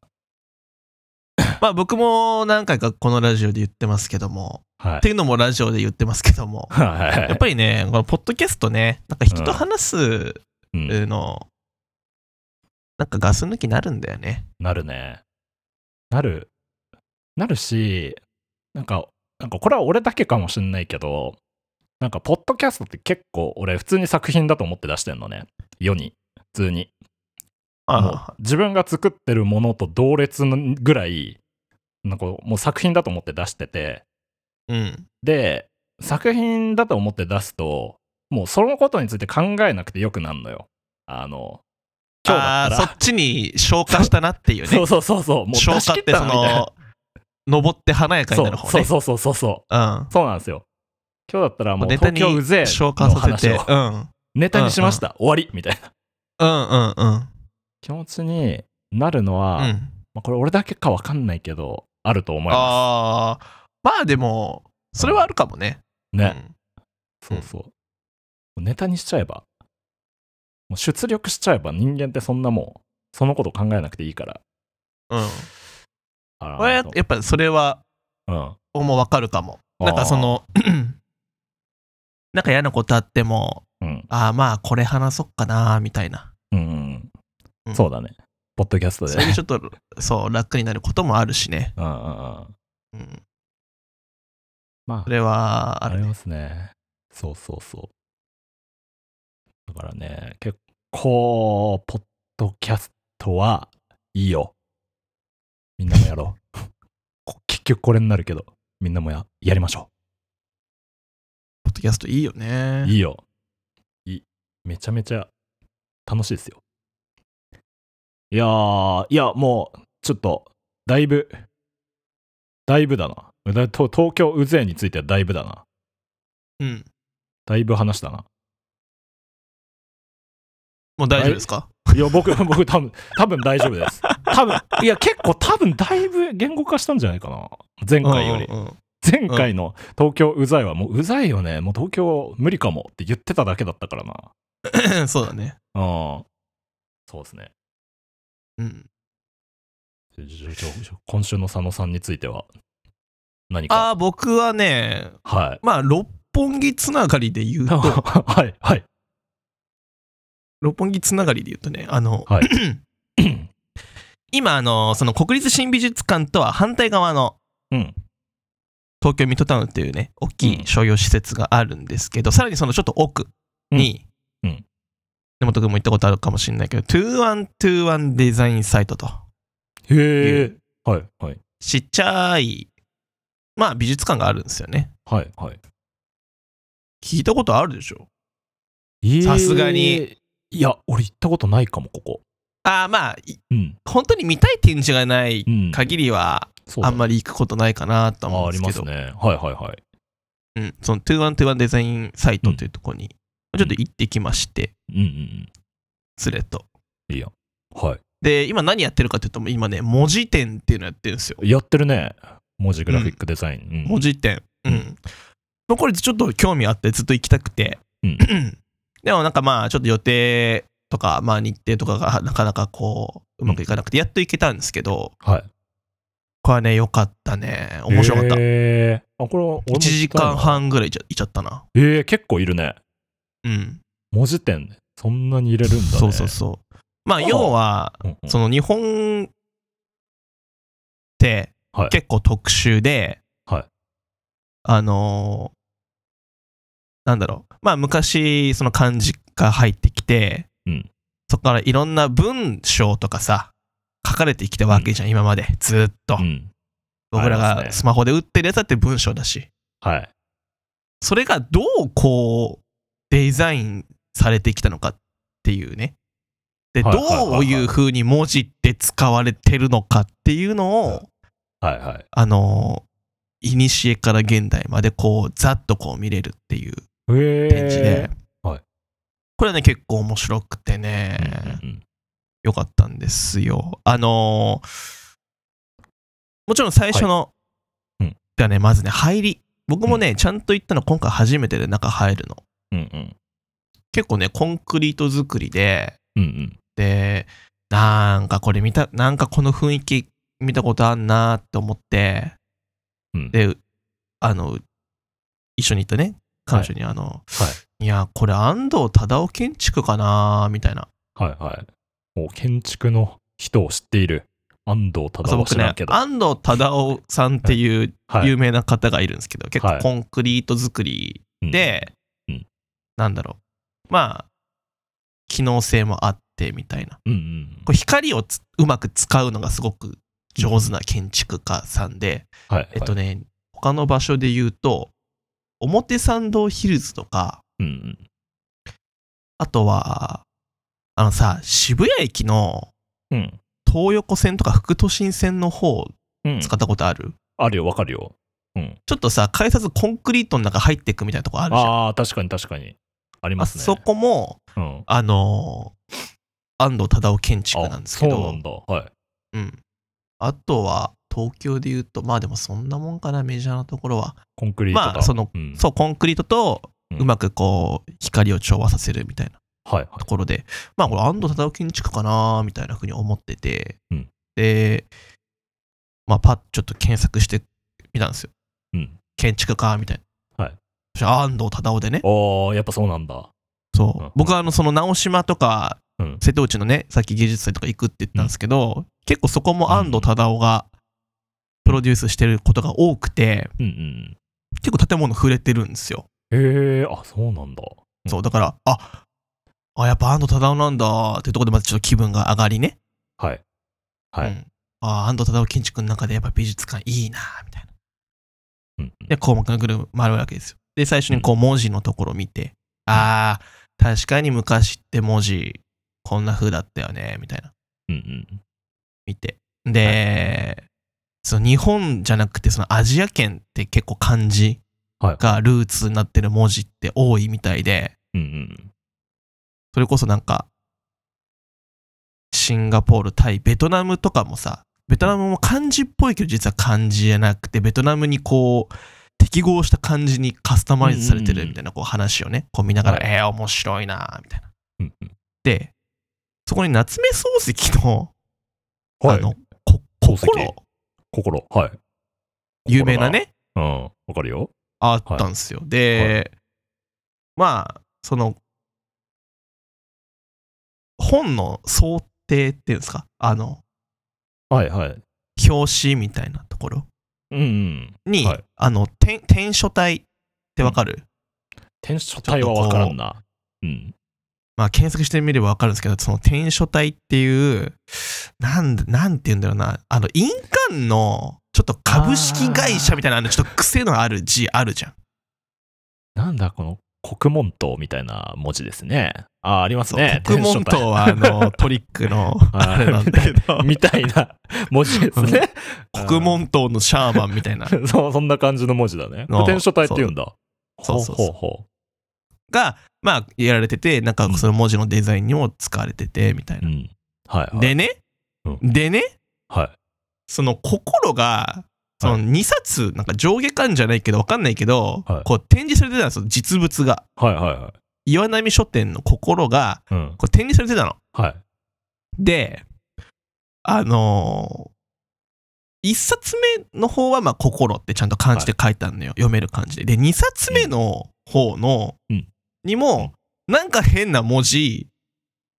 [SPEAKER 2] まあ僕も何回かこのラジオで言ってますけども、
[SPEAKER 1] はい
[SPEAKER 2] って。いうのもラジオで言ってますけども、
[SPEAKER 1] はい
[SPEAKER 2] やっぱりね、このポッドキャストね、なんか人と話す
[SPEAKER 1] うん、
[SPEAKER 2] の、なんかガス抜きになるんだよね。
[SPEAKER 1] なるね。なる。なるし、なんか、なんかこれは俺だけかもしんないけど、なんか、ポッドキャストって結構、俺、普通に作品だと思って出してんのね。世に。普通に。もう
[SPEAKER 2] あ
[SPEAKER 1] 自分が作ってるものと同列のぐらい、なんかもう作品だと思って出してて、
[SPEAKER 2] あ、うん。
[SPEAKER 1] で、作品だと思って出すと、もうそのことについて考えなくてよくなるのよ。あの、今日だっ
[SPEAKER 2] ああ
[SPEAKER 1] た
[SPEAKER 2] ー、そ
[SPEAKER 1] ら。
[SPEAKER 2] っちに消化したなっていう ね。
[SPEAKER 1] そうそうそうそう、もう出
[SPEAKER 2] 消
[SPEAKER 1] し
[SPEAKER 2] 化
[SPEAKER 1] 切
[SPEAKER 2] っ
[SPEAKER 1] ってた
[SPEAKER 2] そ
[SPEAKER 1] なみたいな。
[SPEAKER 2] の、登って華や かになる方
[SPEAKER 1] そう
[SPEAKER 2] ね。
[SPEAKER 1] そうそうそうそう。
[SPEAKER 2] うん。
[SPEAKER 1] そうなんですよ。今日だったらもう
[SPEAKER 2] ネタ
[SPEAKER 1] 東
[SPEAKER 2] に
[SPEAKER 1] 京うぜえ
[SPEAKER 2] 消化
[SPEAKER 1] の
[SPEAKER 2] させ
[SPEAKER 1] 話
[SPEAKER 2] て
[SPEAKER 1] を。
[SPEAKER 2] うん。うん
[SPEAKER 1] ネタにしました、 終わりみたいな
[SPEAKER 2] うんうん。
[SPEAKER 1] 気持ちになるのは、
[SPEAKER 2] うん。
[SPEAKER 1] まあ、これ俺だけかわかんないけどあると思いま
[SPEAKER 2] ああ、まあでも、それはあるかもね。
[SPEAKER 1] す。ね、
[SPEAKER 2] う
[SPEAKER 1] そ
[SPEAKER 2] ん
[SPEAKER 1] うそう。ネタにしちゃえばもう出力しちゃえば人間ってそんなもうそのこと考えなくていいから。
[SPEAKER 2] うん。うん。
[SPEAKER 1] あら
[SPEAKER 2] 俺はやっぱそれは、
[SPEAKER 1] うん
[SPEAKER 2] もうわかるかも。なんかその、 なんか嫌なことあっても、
[SPEAKER 1] うん
[SPEAKER 2] ああまあこれ話そっかな、みたいな。
[SPEAKER 1] うん、
[SPEAKER 2] うん
[SPEAKER 1] そうだね。ポッドキャストで。
[SPEAKER 2] それでちょっと、そう、楽になることもあるしね。
[SPEAKER 1] うんうんうん。
[SPEAKER 2] うん。
[SPEAKER 1] まあ
[SPEAKER 2] それはあ
[SPEAKER 1] あ
[SPEAKER 2] る
[SPEAKER 1] り
[SPEAKER 2] ね。
[SPEAKER 1] ますね。そうそうそう。だからね、結構、ポッドキャストはいいよ。みんなもやろう。 こ結局これになるけど、みんなもややりましょ
[SPEAKER 2] ポッドキャストいいよ
[SPEAKER 1] う。
[SPEAKER 2] ね。
[SPEAKER 1] いいよ。いい。めちゃめちゃ楽しいですよ。いやー、いや、もう、ちょっと、だいぶ、だいぶだな。だと東京うぜえについてはだいぶだな。
[SPEAKER 2] うん。
[SPEAKER 1] だいぶ話したな。
[SPEAKER 2] もう大丈夫ですか
[SPEAKER 1] いや、僕、 僕、多分多分大丈夫です。多分いや、結構、多分だいぶ言語化したんじゃないかな。前回より
[SPEAKER 2] う。んうんうん
[SPEAKER 1] 前回の東京うざいは、もううざいよね。もう東京無理かもって言ってただけだったからな。
[SPEAKER 2] そうだね。
[SPEAKER 1] うん。そうですね。
[SPEAKER 2] うん。
[SPEAKER 1] じゃじゃじゃ今週の佐野さんについては、何か。
[SPEAKER 2] ああ、僕はね、
[SPEAKER 1] はい。
[SPEAKER 2] まあ、六本木つながりで言 うと、
[SPEAKER 1] はい、はい、
[SPEAKER 2] 六本木つながりで言うとね、あの、
[SPEAKER 1] はい
[SPEAKER 2] 今、あの、その国立新美術館とは反対側の
[SPEAKER 1] うん。
[SPEAKER 2] 東京ミッドタウンっていうね、大き
[SPEAKER 1] うん
[SPEAKER 2] い商業施設があるんですけど、さらにそのちょっと奥に、
[SPEAKER 1] うんうん
[SPEAKER 2] 根本君も行ったことあるかもしれないけど、2121デザインサイトと、
[SPEAKER 1] へえ。はい、はい、
[SPEAKER 2] ちっちゃい、まあ、美術館があるんですよね。
[SPEAKER 1] はい、はい。
[SPEAKER 2] 聞いたことあるでしょ
[SPEAKER 1] えー
[SPEAKER 2] さすがに。
[SPEAKER 1] いや、俺行ったことないかも、ここ。
[SPEAKER 2] ああ、まあ、い
[SPEAKER 1] うん。
[SPEAKER 2] 本当に見たい展示がない
[SPEAKER 1] うん。
[SPEAKER 2] 限りは、
[SPEAKER 1] そうだ
[SPEAKER 2] あんまり行くことないかなとは思
[SPEAKER 1] あ
[SPEAKER 2] うん
[SPEAKER 1] あり
[SPEAKER 2] です
[SPEAKER 1] ま
[SPEAKER 2] け
[SPEAKER 1] す
[SPEAKER 2] ど、
[SPEAKER 1] ね。はいはいはい。
[SPEAKER 2] うん、その2121デザインサイトというところに、ちょっと行ってきまして、
[SPEAKER 1] うんうん
[SPEAKER 2] 連れと。
[SPEAKER 1] うん。いいよ。は
[SPEAKER 2] で、今何やってるかというと、もう今ね、文字展っていうのやってるんですよ。
[SPEAKER 1] い。やってるね。文字グラフィックデザイン。うん
[SPEAKER 2] 文字展。うん。まあこれちょっと興味あってずっと行きたくて。
[SPEAKER 1] うん
[SPEAKER 2] でもなんかまあ、ちょっと予定とか、まあ日程とかがなかなかこう、うまくいかなくて、やっと行けたんですけど、
[SPEAKER 1] はい。
[SPEAKER 2] これはね、良かったね。面白かった。
[SPEAKER 1] えー、あ、これは俺も
[SPEAKER 2] 1
[SPEAKER 1] 行きたいな
[SPEAKER 2] 時間。半ぐらいいちゃいちゃったな。
[SPEAKER 1] えー、結構いるね。
[SPEAKER 2] うん。
[SPEAKER 1] 文字点、そんなに入れるんだね。
[SPEAKER 2] そうそうそう。まあ、
[SPEAKER 1] ああ
[SPEAKER 2] 要は、
[SPEAKER 1] うんうん
[SPEAKER 2] その日本って
[SPEAKER 1] はい
[SPEAKER 2] 結構特殊で、
[SPEAKER 1] はい
[SPEAKER 2] あのーなんだろう。まあ、昔、その漢字が入ってきて、
[SPEAKER 1] うん
[SPEAKER 2] そこからいろんな文章とかさ、書かれてきたわけじゃん、今まで。ずっと。
[SPEAKER 1] うん。
[SPEAKER 2] 僕ら
[SPEAKER 1] あります
[SPEAKER 2] が
[SPEAKER 1] ね
[SPEAKER 2] スマホで打ってるやつだって文章だし。
[SPEAKER 1] はい。
[SPEAKER 2] それがどうこうデザインされてきたのかっていうねで
[SPEAKER 1] はいは
[SPEAKER 2] ど
[SPEAKER 1] いはいは
[SPEAKER 2] う
[SPEAKER 1] い
[SPEAKER 2] いうふうに文字って使われてるのかっていうのを
[SPEAKER 1] はいはい。
[SPEAKER 2] あのいにしえから現代までこうざっとこう見れるっていう
[SPEAKER 1] えー、
[SPEAKER 2] 展示で、
[SPEAKER 1] はい
[SPEAKER 2] これはね結構面白くてね、
[SPEAKER 1] うんうん
[SPEAKER 2] よかったんですよ。あのーもちろん最初の、
[SPEAKER 1] はいうん
[SPEAKER 2] がね、まずね、入り。僕もね、ちゃんと行ったの今回初めてで中入るの。
[SPEAKER 1] うん。うんうん。
[SPEAKER 2] 結構ね、コンクリート作りで、
[SPEAKER 1] うんうん。
[SPEAKER 2] で、なんかこれ見た、なんかこの雰囲気見たことあんなって思って、
[SPEAKER 1] うん
[SPEAKER 2] で、あの、一緒に行ったね、彼女に、あの、い、や、これ安藤忠雄建築かなみたいな。
[SPEAKER 1] はいはい。もう建築の人を知っている安藤
[SPEAKER 2] そう
[SPEAKER 1] 忠夫
[SPEAKER 2] 僕
[SPEAKER 1] 知
[SPEAKER 2] ね
[SPEAKER 1] らんけ、ど。
[SPEAKER 2] 安藤忠雄さんっていう
[SPEAKER 1] はい
[SPEAKER 2] 有名な方がいるんですけど、結
[SPEAKER 1] は
[SPEAKER 2] 構
[SPEAKER 1] い
[SPEAKER 2] コンクリート作り
[SPEAKER 1] うん
[SPEAKER 2] で、
[SPEAKER 1] うん
[SPEAKER 2] なんだろう、まあ、機能性もあってみたいな。
[SPEAKER 1] うんうん。
[SPEAKER 2] こう光をつうまく使うのがすごく上手な建築家さんで、
[SPEAKER 1] はい。
[SPEAKER 2] えっとね、他の場所で言うと、表参道ヒルズとか、
[SPEAKER 1] うんうん。
[SPEAKER 2] あとは、あのさ、渋谷駅の
[SPEAKER 1] うん。
[SPEAKER 2] 東横線とか副都心線の方
[SPEAKER 1] うん。
[SPEAKER 2] 使ったことある、
[SPEAKER 1] あるよ、わかるよ。
[SPEAKER 2] ちょっとさ、改札コンクリートの中入っていくみたいなとこあるじゃん。あ
[SPEAKER 1] ああ、確かに確かに。ありますね。
[SPEAKER 2] そこも、
[SPEAKER 1] うん。
[SPEAKER 2] あのー安藤忠雄建築なんですけ
[SPEAKER 1] あそうな
[SPEAKER 2] ど
[SPEAKER 1] ん、だ。はい。
[SPEAKER 2] うんあとは、東京で言うと、まあでもそんなもんかな、メジャーなところは。
[SPEAKER 1] コンクリートだ。
[SPEAKER 2] まあその
[SPEAKER 1] うん、
[SPEAKER 2] そう、コンクリートと
[SPEAKER 1] うん
[SPEAKER 2] うまくこう、光を調和させるみたいな
[SPEAKER 1] はいはい。
[SPEAKER 2] ところで、まあこれ安藤忠雄建築かな、みたいなふうに思ってて
[SPEAKER 1] うん、
[SPEAKER 2] で、まあパッちょっと検索してみたんですよ。
[SPEAKER 1] うん。
[SPEAKER 2] 建築家みたいな。
[SPEAKER 1] はい
[SPEAKER 2] そしたら安藤忠雄でね、
[SPEAKER 1] ああ、やっぱそうなんだ。
[SPEAKER 2] そう、
[SPEAKER 1] うん
[SPEAKER 2] 僕はあのその直島とか
[SPEAKER 1] うん
[SPEAKER 2] 瀬戸内のねさっき芸術祭とか行くって言ったんですけど、結構そこも安藤忠雄がプロデュースしてることが多くて
[SPEAKER 1] うん
[SPEAKER 2] 結構建物触れてるんですよ、
[SPEAKER 1] うん。へえ、あ、そうなんだ。うん
[SPEAKER 2] そうだからああやっぱ安藤忠雄なんだっていうところでまずちょっと気分が上がりね、
[SPEAKER 1] はい。は
[SPEAKER 2] う
[SPEAKER 1] い。
[SPEAKER 2] んあ安藤忠雄建築の中でやっぱ美術館いいなみたいな
[SPEAKER 1] うん
[SPEAKER 2] で項目がぐるぐる回るわけですよで最初にこう文字のところを見て、あー確かに昔って文字こんな風だったよねみたいな
[SPEAKER 1] うんうん。
[SPEAKER 2] 見て。で、その日本じゃなくて、そのアジア圏って結構漢字
[SPEAKER 1] はい
[SPEAKER 2] がルーツになってる文字って多いみたいで、
[SPEAKER 1] うんうん。
[SPEAKER 2] それこそなんか、シンガポール、タイ、ベトナムとかもさ、ベトナムも漢字っぽいけど実は漢字じゃなくて、ベトナムにこう、適合した漢字にカスタマイズされてるみたいなこう話をね、こう見ながら、
[SPEAKER 1] は
[SPEAKER 2] えー、面白いなーみたいな。
[SPEAKER 1] うんうん
[SPEAKER 2] で、そこに夏目漱石の、
[SPEAKER 1] はい
[SPEAKER 2] あ。の、こ
[SPEAKER 1] 漱石
[SPEAKER 2] 心、
[SPEAKER 1] 心。はい。
[SPEAKER 2] 有名なね、
[SPEAKER 1] うん。わかるよ。
[SPEAKER 2] あったんですよ。で、まあ、その、本の想定っていうんですか、あの、
[SPEAKER 1] はいはい。
[SPEAKER 2] 表紙みたいなところ
[SPEAKER 1] うんうん。
[SPEAKER 2] に、
[SPEAKER 1] はい
[SPEAKER 2] あの、転転書体ってわかる、
[SPEAKER 1] 転書体はわからんな。うん。
[SPEAKER 2] まあ、検索してみればわかるんですけど、その転書体っていう、なん、なんて言うんだろうな、あの、印鑑の、ちょっと株式会社みたいな、あの、ちょっと癖のある字あるじゃん。
[SPEAKER 1] なんだこの国門島みたいな文字ですね。ああ、あります
[SPEAKER 2] そう
[SPEAKER 1] ね。
[SPEAKER 2] 国門
[SPEAKER 1] 転書体
[SPEAKER 2] とは、あの、トリックの、あれなんだけど。
[SPEAKER 1] みたい な文字ですね。
[SPEAKER 2] 国門島のシャーマンみたいな
[SPEAKER 1] そう、そんな感じの文字だね。
[SPEAKER 2] の
[SPEAKER 1] 転書体って言うんだ。
[SPEAKER 2] そうそうそ
[SPEAKER 1] ほう
[SPEAKER 2] う
[SPEAKER 1] ほうほ
[SPEAKER 2] が、まあ、やられてて、なんかその文字のデザインにも使われてて、みたい
[SPEAKER 1] うん。
[SPEAKER 2] な。
[SPEAKER 1] はい、はい。
[SPEAKER 2] でね、
[SPEAKER 1] うん
[SPEAKER 2] でね、
[SPEAKER 1] はい。
[SPEAKER 2] その心が、その
[SPEAKER 1] はい
[SPEAKER 2] 2冊、なんか上下巻じゃないけど、わかんないけど、
[SPEAKER 1] はい
[SPEAKER 2] こう展示されてたんですよ、実物が。
[SPEAKER 1] はいはいは
[SPEAKER 2] 岩波書店の心が、
[SPEAKER 1] い。うん。
[SPEAKER 2] こう展示されてたの。
[SPEAKER 1] はい。
[SPEAKER 2] で、あのー、1冊目の方は、まあ、心ってちゃんと漢字で書いたんだよ。読める漢字で。で、2冊目の方の、
[SPEAKER 1] うん
[SPEAKER 2] にも、なんか変な文字、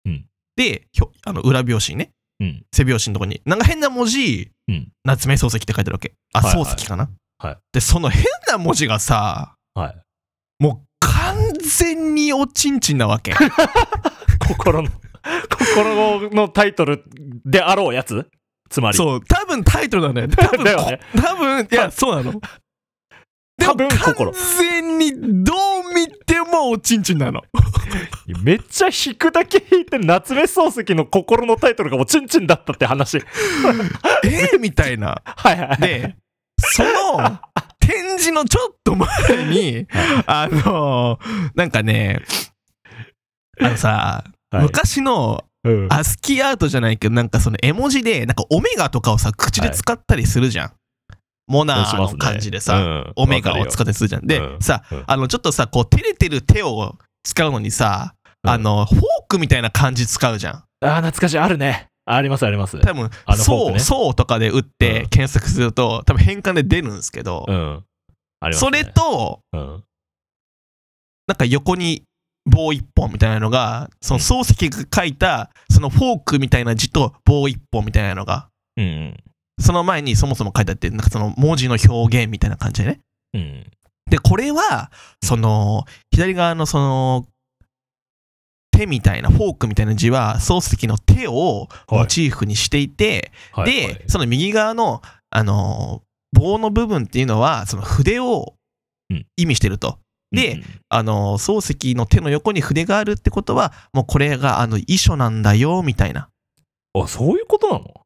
[SPEAKER 1] うん
[SPEAKER 2] で、ひょあの裏表紙にね、
[SPEAKER 1] うん。
[SPEAKER 2] 背表紙のとこに、なんか変な文字、
[SPEAKER 1] うん
[SPEAKER 2] 夏目漱石って書いてあるわけ。あ、
[SPEAKER 1] はいはい
[SPEAKER 2] 漱石かな、
[SPEAKER 1] はい
[SPEAKER 2] で、その変な文字がさ、
[SPEAKER 1] はい。
[SPEAKER 2] もう完全におちんちん なわけ。
[SPEAKER 1] 心の、心のタイトルであろうやつつまり。
[SPEAKER 2] そう、多分タイトルなんだよ。多分、
[SPEAKER 1] だよね
[SPEAKER 2] こ多分、いや、そうなの。で
[SPEAKER 1] 多
[SPEAKER 2] も
[SPEAKER 1] 分
[SPEAKER 2] 完
[SPEAKER 1] 心
[SPEAKER 2] 全にどう見てもおちんちんなの。
[SPEAKER 1] めっちゃ引くだけ引いて夏目漱石の心のタイトルがおちんちんだったって 話。
[SPEAKER 2] え ーみたいな。
[SPEAKER 1] はいはい。
[SPEAKER 2] で、その展示のちょっと前に、あのーなんかね、あのさ、
[SPEAKER 1] はい
[SPEAKER 2] 昔の
[SPEAKER 1] うん、
[SPEAKER 2] アスキーアートじゃないけど、なんかその絵文字で、なんかオメガとかをさ、口で使ったりするじゃん。モナーの感じでさ、
[SPEAKER 1] うん
[SPEAKER 2] オメガを使
[SPEAKER 1] わか
[SPEAKER 2] ってするじゃん。で、
[SPEAKER 1] うん
[SPEAKER 2] さ
[SPEAKER 1] うん、
[SPEAKER 2] あの、ちょっとさ、こう、照れてる手を使うのにさ、
[SPEAKER 1] うん
[SPEAKER 2] あの、フォークみたいな感じ使うじゃん。
[SPEAKER 1] るよあー、懐かしい。あるね。ありますあります。
[SPEAKER 2] 多分
[SPEAKER 1] あ、のフォー
[SPEAKER 2] そ
[SPEAKER 1] ク
[SPEAKER 2] う、
[SPEAKER 1] ね
[SPEAKER 2] そうとかで打って
[SPEAKER 1] うん
[SPEAKER 2] 検索すると、多分変換で出るんですけど
[SPEAKER 1] う、ん。ありますね
[SPEAKER 2] それ、と、
[SPEAKER 1] うん。
[SPEAKER 2] なんか横に棒一本みたいなのが、その漱石が書いた、そのフォークみたいな字と棒一本みたいなのが、
[SPEAKER 1] うん。
[SPEAKER 2] その前にそもそも書いてあって、なんかその文字の表現みたいな感じでね。
[SPEAKER 1] うん。
[SPEAKER 2] で、これは、その、左側のその、手みたいな、フォークみたいな字は、漱石の手を
[SPEAKER 1] はい
[SPEAKER 2] モチーフにしていて、
[SPEAKER 1] はい
[SPEAKER 2] で、その右側の、あのー棒の部分っていうのは、その筆を
[SPEAKER 1] うん
[SPEAKER 2] 意味してると。で、、
[SPEAKER 1] はい
[SPEAKER 2] あのー漱石の手の横に筆があるってことは、もうこれが、あの、遺書なんだよ、みたいな。
[SPEAKER 1] うんあ、そういうことなの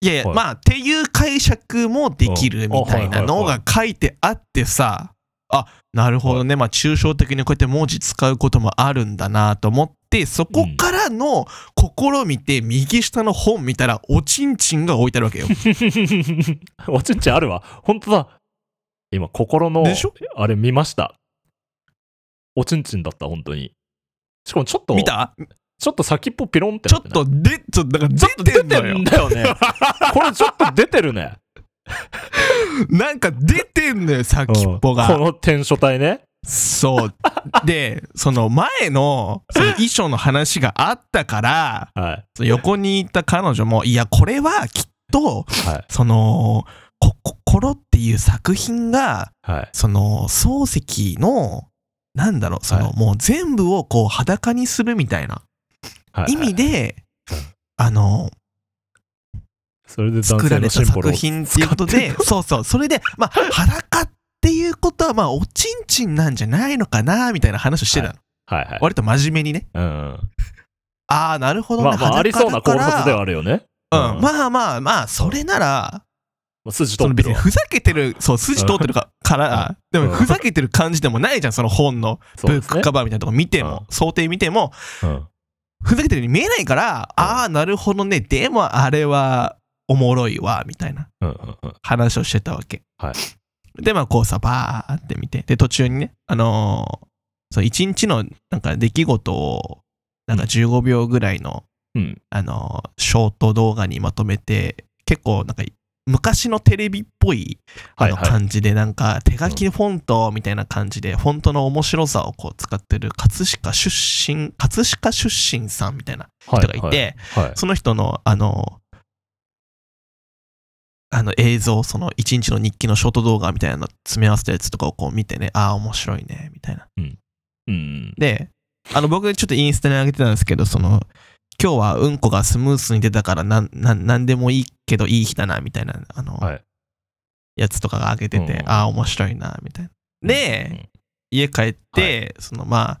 [SPEAKER 2] いやいや、
[SPEAKER 1] はい
[SPEAKER 2] まあ、っていう解釈もできるみたいなのが書いてあってさ、あ、なるほどね、まあ、抽象的にこうやって文字使うこともあるんだなと思って、そこからの試みて、右下の本見たら、おちんちんが置いてある わけよ。
[SPEAKER 1] おちんちんあるわ。本当だ。今、心の
[SPEAKER 2] でしょ、
[SPEAKER 1] あれ見ました。おちんちんだった、本当に。しかもちょっと、
[SPEAKER 2] 見た
[SPEAKER 1] ちょっと先っぽピロンって
[SPEAKER 2] ち
[SPEAKER 1] な
[SPEAKER 2] ょって
[SPEAKER 1] ない
[SPEAKER 2] と、で、ちょっと、なんか出てんのよ。
[SPEAKER 1] だよね。これちょっと出てる ね。
[SPEAKER 2] なんか出てんのよ、先っぽ
[SPEAKER 1] こ
[SPEAKER 2] が。
[SPEAKER 1] の転書体ね。
[SPEAKER 2] そう。で、その前の、その衣装の話があったから、
[SPEAKER 1] はい。
[SPEAKER 2] その横にいた彼女も、いや、これはきっと、
[SPEAKER 1] はい。
[SPEAKER 2] その、こ心っていう作品が、
[SPEAKER 1] はい。
[SPEAKER 2] その、漱石の、なんだろう、その、
[SPEAKER 1] はい
[SPEAKER 2] もう全部をこう裸にするみたいな
[SPEAKER 1] はい、
[SPEAKER 2] 意味で、あの、
[SPEAKER 1] それで男
[SPEAKER 2] 作
[SPEAKER 1] 性
[SPEAKER 2] ら
[SPEAKER 1] の
[SPEAKER 2] れ
[SPEAKER 1] シ
[SPEAKER 2] た
[SPEAKER 1] ンボル
[SPEAKER 2] 作
[SPEAKER 1] を
[SPEAKER 2] 品っていうことで、そうそう、それで、まあ、裸っていうことは、まあ、おちんちんなんじゃないのかな、みたいな話をしてたの。
[SPEAKER 1] はいはい。
[SPEAKER 2] 割と真面目にね。
[SPEAKER 1] うんうん。
[SPEAKER 2] ああ、なるほどね。
[SPEAKER 1] まあまあ、ありそうな考察ではあるよね。
[SPEAKER 2] あうん、
[SPEAKER 1] ま
[SPEAKER 2] まあまあまあ、それなら、
[SPEAKER 1] あ、筋
[SPEAKER 2] そ
[SPEAKER 1] 取
[SPEAKER 2] の
[SPEAKER 1] って
[SPEAKER 2] 別
[SPEAKER 1] る
[SPEAKER 2] に
[SPEAKER 1] わ
[SPEAKER 2] ふざけてる、そう、筋通ってるかから、でも
[SPEAKER 1] うん
[SPEAKER 2] ふざけてる感じでもないじゃん、その本の
[SPEAKER 1] そうで
[SPEAKER 2] ブッ
[SPEAKER 1] す
[SPEAKER 2] ク
[SPEAKER 1] ね
[SPEAKER 2] カ。バーみたいなとこ見ても、想定見ても、
[SPEAKER 1] うん
[SPEAKER 2] ふざけてるように見えないから、
[SPEAKER 1] うん
[SPEAKER 2] ああ、なるほどね、でもあれはおもろいわ、みたいな
[SPEAKER 1] うんうんうん。
[SPEAKER 2] 話をしてたわけ。
[SPEAKER 1] はい
[SPEAKER 2] で、まあこうさ、バーって見て、で、途中にね、あのーそう、一日のなんか出来事を、なんか15秒ぐらいの、
[SPEAKER 1] うん
[SPEAKER 2] あのーショート動画にまとめて、結構なんか、昔のテレビっぽいあ
[SPEAKER 1] はい
[SPEAKER 2] の
[SPEAKER 1] はい。
[SPEAKER 2] 感じでなんか手書きフォントみたいな感じでフォントの面白さをこう使ってる葛飾出身葛飾出身さんみたいな
[SPEAKER 1] 人
[SPEAKER 2] 人がいて、
[SPEAKER 1] はい。
[SPEAKER 2] その人のあのあの映像その一日の日記のショート動画みたいなの詰め合わせたやつとかをこう見てねああ面白いねみたいな
[SPEAKER 1] うん。
[SPEAKER 2] であの僕ちょっとインスタに上げてたんですけどその今日はうんこがスムースに出たからなんなんなんでもいいけどいい日だなみたいなあの、
[SPEAKER 1] はい
[SPEAKER 2] やつとかが上げてて、
[SPEAKER 1] うん
[SPEAKER 2] ああ面白いなみたいな。で、家帰って、そのまあ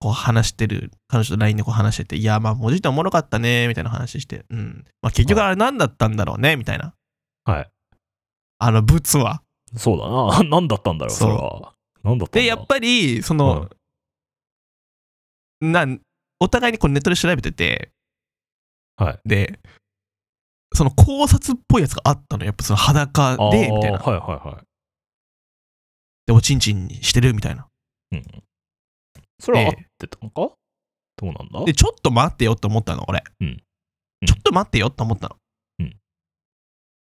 [SPEAKER 2] こう話してる彼女と LINE でこう話してて「いやまあ文字っておもろかったね」みたいな話して「うんまあ結局あれ何だったんだろうね」みたいな
[SPEAKER 1] はい
[SPEAKER 2] あのブツは。
[SPEAKER 1] うんそう だな。何だったんだろう、
[SPEAKER 2] そ
[SPEAKER 1] そうれは。何だったんだ
[SPEAKER 2] でやっぱりその、
[SPEAKER 1] うん
[SPEAKER 2] なんお互いにこうネットで調べてて、
[SPEAKER 1] はい
[SPEAKER 2] で、その考察っぽいやつがあったの、やっぱその裸
[SPEAKER 1] あー
[SPEAKER 2] で、みたいな。
[SPEAKER 1] はいはいはい。
[SPEAKER 2] で、おちんちんにしてるみたいな。
[SPEAKER 1] うん。それは合っ
[SPEAKER 2] で
[SPEAKER 1] てたのか、どうなんだ
[SPEAKER 2] で、ちょっと待ってよって思ったの、俺。
[SPEAKER 1] うんうん
[SPEAKER 2] ちょっと待ってよって思ったの。
[SPEAKER 1] うん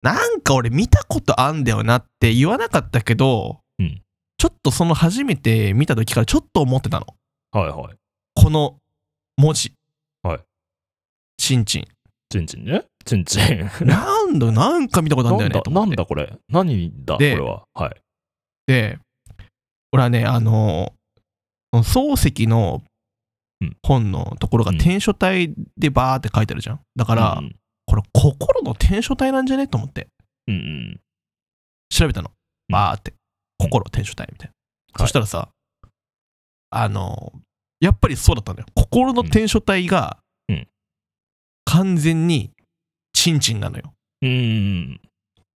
[SPEAKER 2] なんか俺見たことあんだよなって言わなかったけど、
[SPEAKER 1] うん
[SPEAKER 2] ちょっとその初めて見た時からちょっと思ってたの。
[SPEAKER 1] はいはい。
[SPEAKER 2] この文字。
[SPEAKER 1] はい。
[SPEAKER 2] ちんちん。
[SPEAKER 1] チンチンね。チンチン。
[SPEAKER 2] なんだ、なんか見たことあ
[SPEAKER 1] な
[SPEAKER 2] るん
[SPEAKER 1] ん
[SPEAKER 2] だ
[SPEAKER 1] だ
[SPEAKER 2] よね。と思
[SPEAKER 1] な
[SPEAKER 2] っ
[SPEAKER 1] ん
[SPEAKER 2] て
[SPEAKER 1] だこれ何だこ
[SPEAKER 2] で
[SPEAKER 1] れは。はい。
[SPEAKER 2] で、俺はね、あの、漱石の
[SPEAKER 1] うん
[SPEAKER 2] 本のところが
[SPEAKER 1] うん
[SPEAKER 2] 篆書体でバーって書いてあるじゃん。だから、
[SPEAKER 1] うん
[SPEAKER 2] これ心の篆書体なんじゃねと思って
[SPEAKER 1] うんうん。
[SPEAKER 2] 調べたの。
[SPEAKER 1] うん
[SPEAKER 2] バーって。心篆書体みたいな。
[SPEAKER 1] はい
[SPEAKER 2] そしたらさ、あの、やっぱりそうだったんだよ。心の篆書体が
[SPEAKER 1] うんうん
[SPEAKER 2] 完全にチンチンなのよ。
[SPEAKER 1] うんうん。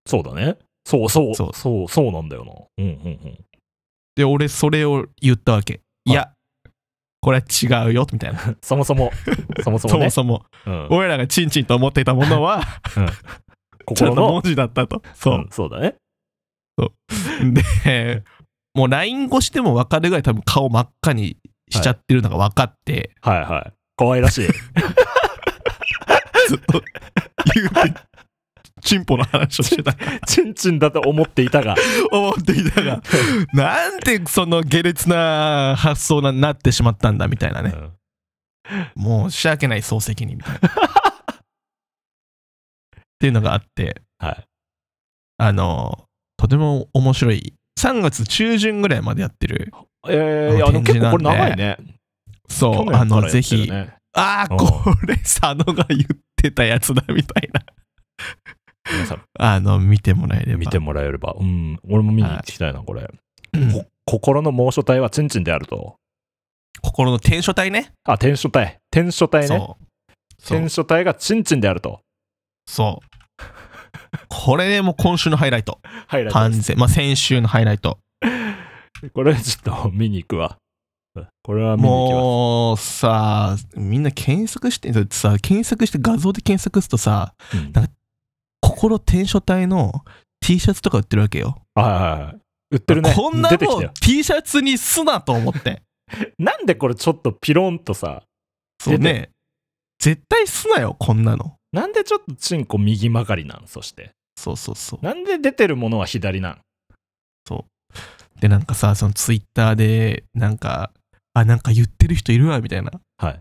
[SPEAKER 1] そうだね。そうそう。
[SPEAKER 2] そ
[SPEAKER 1] そううそうそうなんだよな。うんうん
[SPEAKER 2] で、俺それを言ったわけ。いや、これは違うよ、みたいな。
[SPEAKER 1] うん。そも そも、そもそ
[SPEAKER 2] そ
[SPEAKER 1] も
[SPEAKER 2] も
[SPEAKER 1] ね。
[SPEAKER 2] そも。
[SPEAKER 1] うん
[SPEAKER 2] 俺らがチンチンと思っていたもの はちゃん
[SPEAKER 1] 心
[SPEAKER 2] と
[SPEAKER 1] の
[SPEAKER 2] 文。字だったと。そ
[SPEAKER 1] んそうだね。
[SPEAKER 2] う。で、もう LINE 越しでも分かるぐらい多分顔真っ赤にしちゃってるのが分かって、
[SPEAKER 1] はいはい。可愛ら しい。
[SPEAKER 2] ずっと言うて、チンポの話をしてた。
[SPEAKER 1] チンチンだと思っていたが。
[SPEAKER 2] 思ってい たが、なんてその下劣な発想になってしまったんだみたいなね。
[SPEAKER 1] うん
[SPEAKER 2] もう仕訳ない漱石にみたいな。っていうのがあって、
[SPEAKER 1] はい。
[SPEAKER 2] あの、とても面白い。3月中旬ぐらいまでやってる。
[SPEAKER 1] えー、いや
[SPEAKER 2] こ
[SPEAKER 1] で
[SPEAKER 2] の
[SPEAKER 1] も
[SPEAKER 2] 展示
[SPEAKER 1] 結
[SPEAKER 2] なん
[SPEAKER 1] 構
[SPEAKER 2] で
[SPEAKER 1] これ長いね。
[SPEAKER 2] そう、
[SPEAKER 1] 去年
[SPEAKER 2] あ
[SPEAKER 1] か
[SPEAKER 2] の、
[SPEAKER 1] らやってるね
[SPEAKER 2] ぜひ、ああ、
[SPEAKER 1] うん
[SPEAKER 2] これ佐野が言ってたやつだみたいな。
[SPEAKER 1] 皆さん
[SPEAKER 2] あの、見てもらえれば。
[SPEAKER 1] 見てもらえれば。うん。俺も見に行ってきたいな、これ。こ心の猛暑体はチンチンであると。
[SPEAKER 2] 心の転書体ね。
[SPEAKER 1] あ、転書体。転書体ね。
[SPEAKER 2] そう。そう
[SPEAKER 1] 転。書体がチンチンであると。
[SPEAKER 2] そう。これね、もう今週のハイライト。
[SPEAKER 1] ハイライト
[SPEAKER 2] 完
[SPEAKER 1] です
[SPEAKER 2] 全。まあ、先週のハイライト。
[SPEAKER 1] これちょっと見に行くわ。これは見に行きます。
[SPEAKER 2] もうさ、みんな検索して、さ、検索して、画像で検索するとさ、
[SPEAKER 1] うん
[SPEAKER 2] なんか心転書体の T シャツとか売ってるわけよ。
[SPEAKER 1] はいはいはい。売ってるね。
[SPEAKER 2] こんな
[SPEAKER 1] 出てき
[SPEAKER 2] も
[SPEAKER 1] た
[SPEAKER 2] ん
[SPEAKER 1] よ
[SPEAKER 2] T シャツにすなと思って。
[SPEAKER 1] なんでこれちょっとピロンとさ、
[SPEAKER 2] そうね。絶対すなよ、こんなの。
[SPEAKER 1] なんでちょっとチンコ右曲がりなんそして。
[SPEAKER 2] そうそうそう。
[SPEAKER 1] なんで出てるものは左なん
[SPEAKER 2] で、なんかさ、そのツイッターで、なんか、あ、なんか言ってる人いるわ、みたいな。
[SPEAKER 1] はい。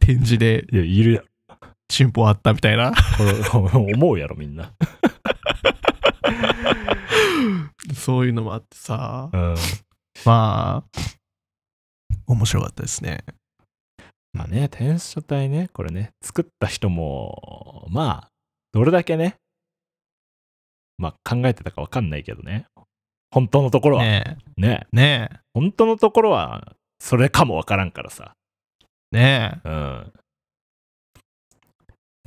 [SPEAKER 2] 展示で、
[SPEAKER 1] いや、いるや
[SPEAKER 2] チンポあったみたいな。
[SPEAKER 1] ろ。これ 思うやろ、みんな。
[SPEAKER 2] そういうのもあってさ、
[SPEAKER 1] うん。
[SPEAKER 2] まあ、面白かったですね。
[SPEAKER 1] まあね、転写体ね、これね、作った人も、まあ、どれだけね、まあ考えてたかわかんないけどね。本当のところは、ね
[SPEAKER 2] ねえ、ね
[SPEAKER 1] 本当のところは、それかもわからんからさ。
[SPEAKER 2] え、ね
[SPEAKER 1] うん。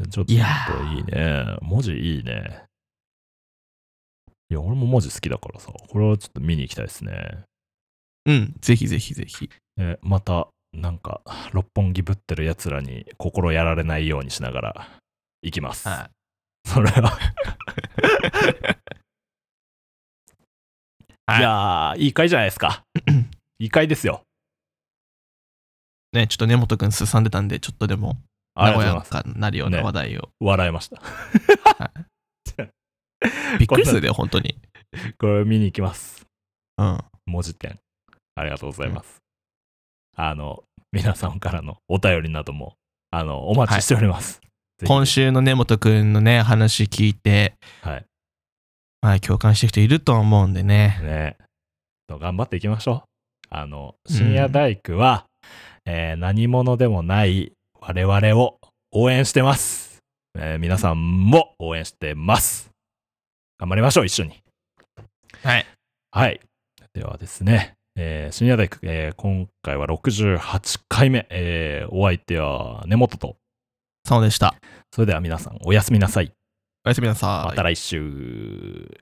[SPEAKER 1] ちょっと
[SPEAKER 2] い
[SPEAKER 1] い
[SPEAKER 2] や
[SPEAKER 1] いね。文字いいね。いや、俺も文字好きだからさ、これはちょっと見に行きたいですね。
[SPEAKER 2] え。うん、ぜひぜひぜひ。
[SPEAKER 1] えまた、なんか、六本木ぶってるやつらに心やられないようにしながら行きます。
[SPEAKER 2] は
[SPEAKER 1] それは。
[SPEAKER 2] はい
[SPEAKER 1] いやー、いい回じゃないです か。いい回ですよ。
[SPEAKER 2] い。 ねちょっと根本くんすさんでたんで、ちょっとでも、
[SPEAKER 1] ありがとう
[SPEAKER 2] 和
[SPEAKER 1] ござい
[SPEAKER 2] や
[SPEAKER 1] ます。
[SPEAKER 2] かになるような
[SPEAKER 1] ね
[SPEAKER 2] 話題を。
[SPEAKER 1] 笑いました。
[SPEAKER 2] びっくりするよ、本当に。
[SPEAKER 1] これ見に行きます。
[SPEAKER 2] うん。
[SPEAKER 1] 文字展。ありがとうございます。あの、皆さんからのお便りなども、あの、お待ちしております。ぜひ
[SPEAKER 2] 今週の根本くんのね話聞いて、
[SPEAKER 1] はい
[SPEAKER 2] まあ、共感してる人いると思うんでね
[SPEAKER 1] ね。と頑張っていきましょう。あの、深夜大工は、えー何者でもない我々を応援してます。えー皆さんも応援してます。頑張りましょう、一緒に。
[SPEAKER 2] はい
[SPEAKER 1] はい。ではですね、えー深夜大工、えー今回は68回目、えーお相手は根本と、
[SPEAKER 2] そうでした
[SPEAKER 1] それでは皆さんおやすみなさい。
[SPEAKER 2] おやすみなさい
[SPEAKER 1] また来週。